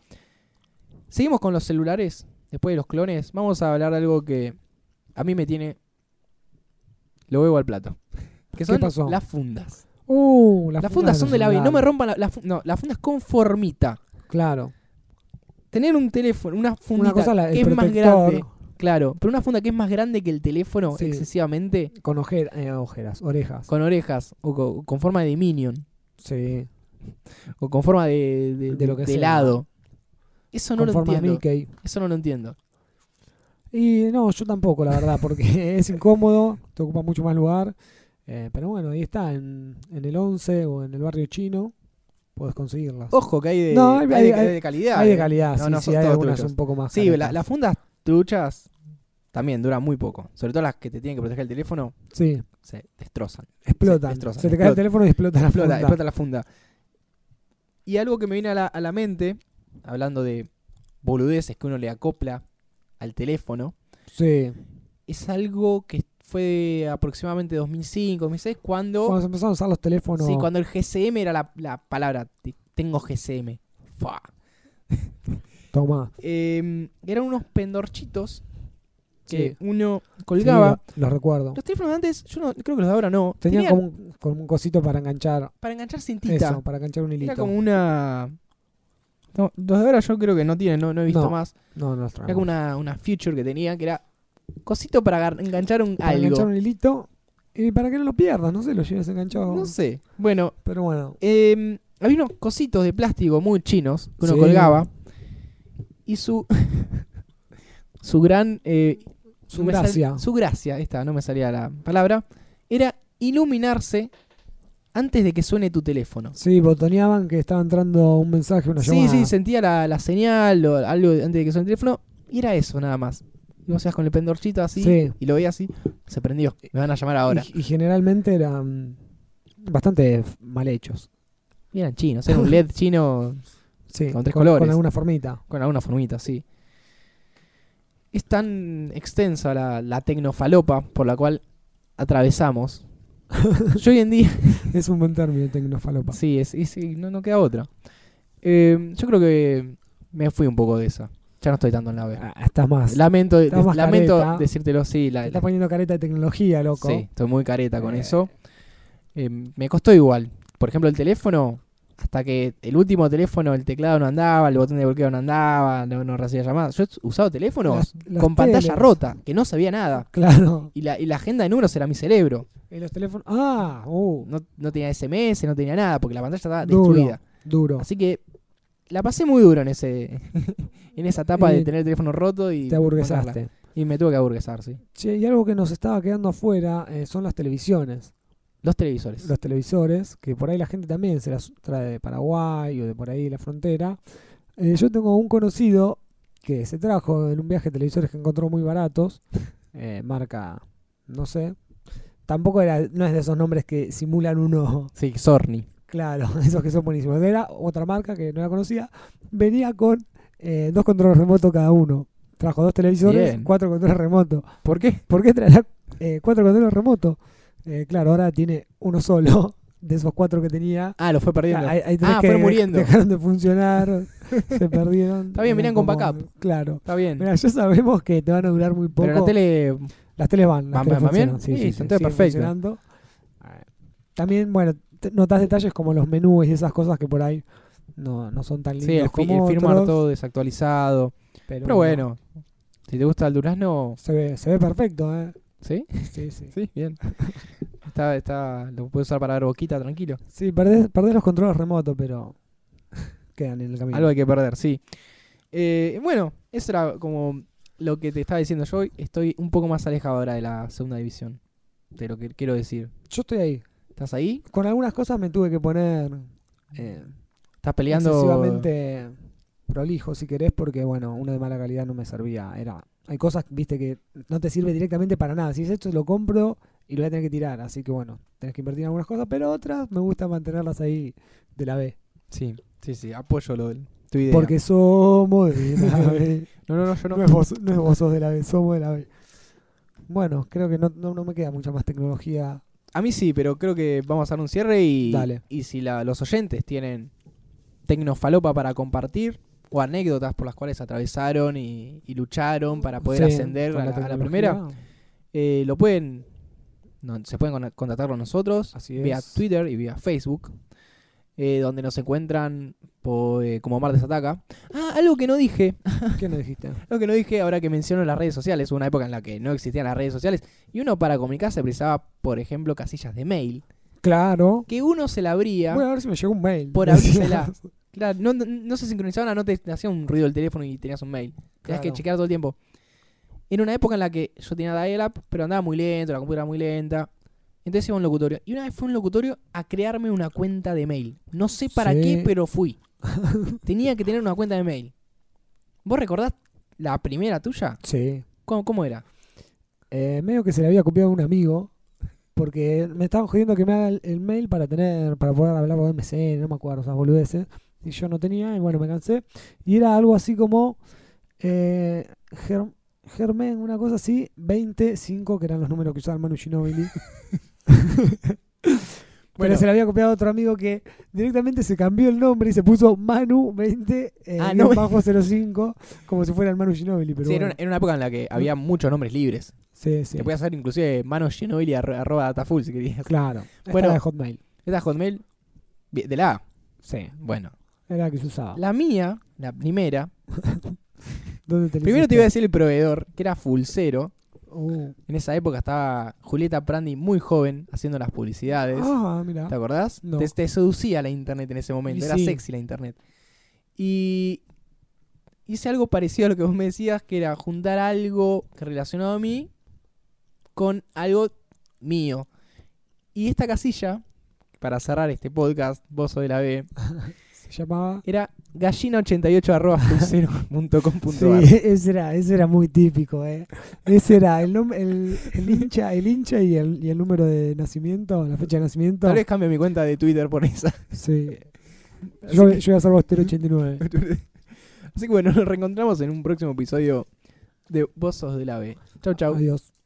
Speaker 1: Seguimos con los celulares. Después de los clones, vamos a hablar de algo que a mí me tiene. Lo huevo al plato. Que son
Speaker 2: pasó?
Speaker 1: las fundas.
Speaker 2: Uh,
Speaker 1: Las, fundas son de la B. No me
Speaker 2: celular.
Speaker 1: rompan la, la fun- no, las fundas conformita
Speaker 2: Claro.
Speaker 1: tener un teléfono, una fundita
Speaker 2: Una cosa la- el
Speaker 1: que es más
Speaker 2: protector
Speaker 1: grande, claro, pero una funda que es más grande que el teléfono
Speaker 2: Sí.
Speaker 1: excesivamente,
Speaker 2: con ojera- eh, ojeras, orejas.
Speaker 1: con orejas, o co- con, forma de minion,
Speaker 2: Sí.
Speaker 1: o con forma de, de,
Speaker 2: De lo que
Speaker 1: de
Speaker 2: sea.
Speaker 1: helado. Eso no
Speaker 2: con
Speaker 1: lo
Speaker 2: forma
Speaker 1: entiendo.
Speaker 2: de Mickey.
Speaker 1: Eso no lo entiendo.
Speaker 2: Y no, yo tampoco, la verdad, porque <laughs> es incómodo, te ocupa mucho más lugar. Eh, pero bueno, ahí está, en, en el 11 o en el barrio chino, puedes conseguirlas.
Speaker 1: Ojo que hay de,
Speaker 2: No, hay-
Speaker 1: hay de-
Speaker 2: hay-
Speaker 1: Oh, hay de
Speaker 2: hay-
Speaker 1: calidad.
Speaker 2: hay de
Speaker 1: eh.
Speaker 2: calidad,
Speaker 1: No,
Speaker 2: sí,
Speaker 1: no
Speaker 2: sí,
Speaker 1: son
Speaker 2: hay
Speaker 1: todos
Speaker 2: algunas
Speaker 1: truchos.
Speaker 2: un poco más.
Speaker 1: Sí, la-
Speaker 2: caretas.
Speaker 1: las fundas truchas también duran muy poco. Sobre todo las que te tienen que proteger el teléfono,
Speaker 2: Sí,
Speaker 1: se destrozan.
Speaker 2: explotan.
Speaker 1: Se
Speaker 2: Se, te
Speaker 1: destrozan,
Speaker 2: cae el
Speaker 1: explota.
Speaker 2: teléfono y explota la
Speaker 1: explota,
Speaker 2: flota.
Speaker 1: explota la funda. Y algo que me viene a la, a la mente, hablando de boludeces que uno le acopla al teléfono,
Speaker 2: Sí,
Speaker 1: es algo que fue aproximadamente 2005, 2006, cuando,
Speaker 2: cuando se empezaron a usar los teléfonos.
Speaker 1: Oh. sí, cuando el GSM era la, la palabra, te- tengo GSM. Fua.
Speaker 2: Toma.
Speaker 1: Eh, eran unos pendorchitos que
Speaker 2: Sí.
Speaker 1: uno colgaba.
Speaker 2: Sí, lo- los recuerdo.
Speaker 1: Los teléfonos de antes, yo no, creo que los de ahora no,
Speaker 2: Tenían
Speaker 1: tenían
Speaker 2: como un, como un cosito para enganchar
Speaker 1: para enganchar cintita.
Speaker 2: eso, para enganchar un hilito.
Speaker 1: Era como una. No, los de ahora yo creo que no tienen, no, no he visto
Speaker 2: No,
Speaker 1: más.
Speaker 2: No, no los
Speaker 1: Era como
Speaker 2: traemos.
Speaker 1: una, una feature que tenía que era cosito para agar- enganchar un
Speaker 2: Para enganchar
Speaker 1: algo.
Speaker 2: un hilito y para que no lo pierdas, no sé, lo lleves enganchado.
Speaker 1: No sé. Bueno,
Speaker 2: Pero bueno,
Speaker 1: eh, había unos cositos de plástico muy chinos que uno
Speaker 2: Sí.
Speaker 1: colgaba. Y su. <laughs> su gran. eh,
Speaker 2: su
Speaker 1: me sal-
Speaker 2: gracia.
Speaker 1: su gracia, esta no me salía la palabra. Era iluminarse antes de que suene tu teléfono.
Speaker 2: Sí, botoneaban que estaba entrando un mensaje, una
Speaker 1: Sí,
Speaker 2: llamada.
Speaker 1: sí, sentía la, la señal o algo antes de que suene el teléfono. Y era eso nada más. y vos ibas con el pendorchito así
Speaker 2: Sí.
Speaker 1: y lo veías así, se prendió. Me van a llamar ahora.
Speaker 2: Y, y generalmente eran bastante f- mal hechos.
Speaker 1: Y eran chinos,
Speaker 2: <laughs>
Speaker 1: era un LED chino
Speaker 2: Sí,
Speaker 1: Con tres colores.
Speaker 2: Con alguna formita. <laughs>
Speaker 1: con alguna formita, sí. Es tan extensa la, la tecnofalopa por la cual
Speaker 2: <laughs>
Speaker 1: atravesamos. Yo hoy en día
Speaker 2: Es un buen término, tecnofalopa.
Speaker 1: Sí, es, y sí, no, no queda otra. Eh, yo creo que me fui un poco de esa. Ya no estoy tanto en la B.
Speaker 2: Ah, estás más.
Speaker 1: Lamento, de-
Speaker 2: Estás más
Speaker 1: lamento
Speaker 2: careta.
Speaker 1: decírtelo así. La,
Speaker 2: te estás poniendo careta de tecnología, loco.
Speaker 1: sí, estoy muy careta con
Speaker 2: Eh.
Speaker 1: eso. Eh, me costó igual. Por ejemplo, el teléfono, hasta que el último teléfono, el teclado no andaba, el botón de bloqueo no andaba, no, no recibía llamadas. Yo he usado teléfonos
Speaker 2: Las- las
Speaker 1: con pantalla
Speaker 2: teles.
Speaker 1: rota, que no sabía nada.
Speaker 2: Claro.
Speaker 1: Y la, y la agenda de números era mi cerebro.
Speaker 2: Y los teléfonos. Ah, uh,
Speaker 1: No, no tenía SMS, no tenía nada, porque la pantalla estaba
Speaker 2: Duro.
Speaker 1: destruida.
Speaker 2: duro.
Speaker 1: Así que la pasé muy duro en ese <laughs> en esa etapa de
Speaker 2: Y
Speaker 1: tener el teléfono roto y
Speaker 2: Eh, Te aburguesaste.
Speaker 1: Y me tuve que aburguesar, sí.
Speaker 2: Che, y algo que nos estaba quedando afuera eh, son las televisiones.
Speaker 1: Los televisores.
Speaker 2: Los televisores, que por ahí la gente también se las trae de Paraguay o de por ahí de la frontera. Eh, yo tengo un conocido que se trajo en un viaje televisores que encontró muy baratos. eh, marca, no sé. Tampoco era, no es de esos nombres que simulan uno
Speaker 1: Sí, Sorni.
Speaker 2: Claro, <laughs> esos que son buenísimos. Era otra marca que no la conocía. Venía con eh, dos controles remotos cada uno. Trajo dos televisores,
Speaker 1: Bien.
Speaker 2: cuatro controles remotos.
Speaker 1: ¿Por qué?
Speaker 2: ¿Por qué traerá eh, cuatro controles remotos? Eh, claro, ahora tiene uno solo de esos cuatro que tenía.
Speaker 1: Ah, lo fue perdiendo.
Speaker 2: Hay- hay tres
Speaker 1: Ah,
Speaker 2: que
Speaker 1: fue
Speaker 2: de-
Speaker 1: muriendo.
Speaker 2: Dejaron
Speaker 1: <laughs>
Speaker 2: de funcionar, se perdieron.
Speaker 1: Está bien,
Speaker 2: Eran
Speaker 1: venían con
Speaker 2: como-
Speaker 1: backup.
Speaker 2: Claro.
Speaker 1: Está bien.
Speaker 2: Mira, ya sabemos que te van a durar muy poco.
Speaker 1: Pero la tele
Speaker 2: Las teles van, las
Speaker 1: Van-
Speaker 2: teles
Speaker 1: van bien,
Speaker 2: funcionan,
Speaker 1: sí, entonces
Speaker 2: siguen
Speaker 1: perfecto.
Speaker 2: funcionando. Eh, También, bueno, te- notás detalles como los menús y esas cosas que por ahí no, no son tan lindos
Speaker 1: sí, el, fi-
Speaker 2: como
Speaker 1: el firmware
Speaker 2: otros,
Speaker 1: todo desactualizado.
Speaker 2: pero,
Speaker 1: Pero bueno, si te gusta el durazno,
Speaker 2: Se ve, se ve perfecto, ¿eh?
Speaker 1: ¿sí?
Speaker 2: Sí, sí.
Speaker 1: Sí, bien. <laughs> está está lo puedes usar para dar boquita tranquilo.
Speaker 2: Sí, perdés, perdés los controles remotos, pero <laughs> quedan en el camino.
Speaker 1: Algo hay que perder, sí. Eh, bueno, eso era como lo que te estaba diciendo yo. Estoy un poco más alejado ahora de la segunda división. De lo que quiero decir.
Speaker 2: Yo estoy ahí.
Speaker 1: ¿Estás ahí?
Speaker 2: Con algunas cosas me tuve que poner eh,
Speaker 1: ¿Estás peleando?
Speaker 2: excesivamente prolijo, si querés, porque, bueno, uno de mala calidad no me servía. Era, hay cosas, viste, que no te sirve directamente para nada. Si es esto, lo compro y lo voy a tener que tirar. Así que, bueno, tenés que invertir en algunas cosas, pero otras me gusta mantenerlas ahí de la B.
Speaker 1: Sí, sí, sí. Apoyo lo, tu idea.
Speaker 2: Porque somos de la
Speaker 1: <laughs>
Speaker 2: B.
Speaker 1: No, no, no, yo no.
Speaker 2: No es, vos, no es vos sos de la B, somos de la B. Bueno, creo que no, no, no me queda mucha más tecnología.
Speaker 1: A mí sí, pero creo que vamos a hacer un cierre y,
Speaker 2: Dale.
Speaker 1: y si la- los oyentes tienen tecnofalopa para compartir o anécdotas por las cuales atravesaron y, y lucharon para poder
Speaker 2: Sí,
Speaker 1: ascender
Speaker 2: con
Speaker 1: a la, a la
Speaker 2: tecnología.
Speaker 1: primera, eh, lo pueden, no, se pueden con- contactar con nosotros
Speaker 2: Así es.
Speaker 1: vía
Speaker 2: <laughs>
Speaker 1: Twitter y vía Facebook, eh, donde nos encuentran po- eh, como Martes Ataca. Ah, algo que no dije, <laughs>
Speaker 2: ¿Qué nos dijiste?
Speaker 1: algo que no dije ahora que menciono las redes sociales, hubo una época en la que no existían las redes sociales, y uno para comunicarse precisaba, por ejemplo, casillas de mail,
Speaker 2: Claro.
Speaker 1: que uno se la abría,
Speaker 2: Voy a ver si me llegó un mail.
Speaker 1: Por
Speaker 2: <laughs> Decías.
Speaker 1: abrírsela. claro, no, no- no se sincronizaban, no te hacía un ruido el teléfono y tenías un mail, tenías que
Speaker 2: Claro.
Speaker 1: chequear todo el tiempo. Era una época en la que yo tenía dial-up, pero andaba muy lento, la computadora muy lenta. Entonces iba a un locutorio. Y una vez fue un locutorio a crearme una cuenta de mail. No sé para
Speaker 2: Sí.
Speaker 1: qué, pero
Speaker 2: <laughs>
Speaker 1: fui. Tenía que tener una cuenta de mail. ¿Vos recordás la primera tuya?
Speaker 2: Sí.
Speaker 1: ¿Cómo, cómo era?
Speaker 2: Eh, medio que se le había copiado a un amigo. Porque me estaban jodiendo que me haga el, el mail para tener, para poder hablar por MCN, no me acuerdo, esas boludeces. Y yo no tenía, y bueno, me cansé. Y era algo así como eh, Germ- Germán, una cosa así, 25, que eran los números que usaba el Manu
Speaker 1: <laughs>
Speaker 2: Ginobili.
Speaker 1: Bueno.
Speaker 2: Pero se le había copiado a otro amigo que directamente se cambió el nombre y se puso Manu 20 eh,
Speaker 1: Ah, no me-
Speaker 2: bajo 05, como si fuera el Manu Ginobili. Pero
Speaker 1: Sí, era, una,
Speaker 2: bueno.
Speaker 1: era una época en la que había muchos nombres libres.
Speaker 2: Mm. Sí, sí.
Speaker 1: Te podías hacer inclusive manos Ginobili arro- arroba datafull si querías.
Speaker 2: Claro. Esta
Speaker 1: Bueno.
Speaker 2: era de Hotmail.
Speaker 1: Esa Hotmail vi- de la A.
Speaker 2: Sí.
Speaker 1: Bueno.
Speaker 2: Era la que se usaba.
Speaker 1: La mía, la primera.
Speaker 2: ¿Dónde te lo
Speaker 1: Primero te
Speaker 2: hiciste?
Speaker 1: iba a decir el proveedor, que era Fulcero.
Speaker 2: Uh.
Speaker 1: En esa época estaba Julieta Prandi muy joven haciendo las publicidades.
Speaker 2: Ah, mira.
Speaker 1: ¿Te acordás?
Speaker 2: No.
Speaker 1: Te, te seducía la internet en ese momento.
Speaker 2: Y
Speaker 1: Era
Speaker 2: sí.
Speaker 1: sexy la internet. Y hice algo parecido a lo que vos me decías, que era juntar algo que relacionado a mí con algo mío. Y esta casilla, para cerrar este podcast, vos sos de la B,
Speaker 2: llamaba.
Speaker 1: Era gallina88.com.ar.
Speaker 2: Sí, <laughs> ese era, ese era muy típico, eh. Ese era el, nom- el, el hincha, el hincha y el, y el número de nacimiento, la fecha de nacimiento.
Speaker 1: Tal vez Eh, cambie mi cuenta de Twitter por esa. <laughs>
Speaker 2: Sí. Yo, yo voy a ser Bostero 89.
Speaker 1: Así que bueno, nos reencontramos en un próximo episodio de Bozos de la B. <laughs> Chau, chau.
Speaker 2: Adiós.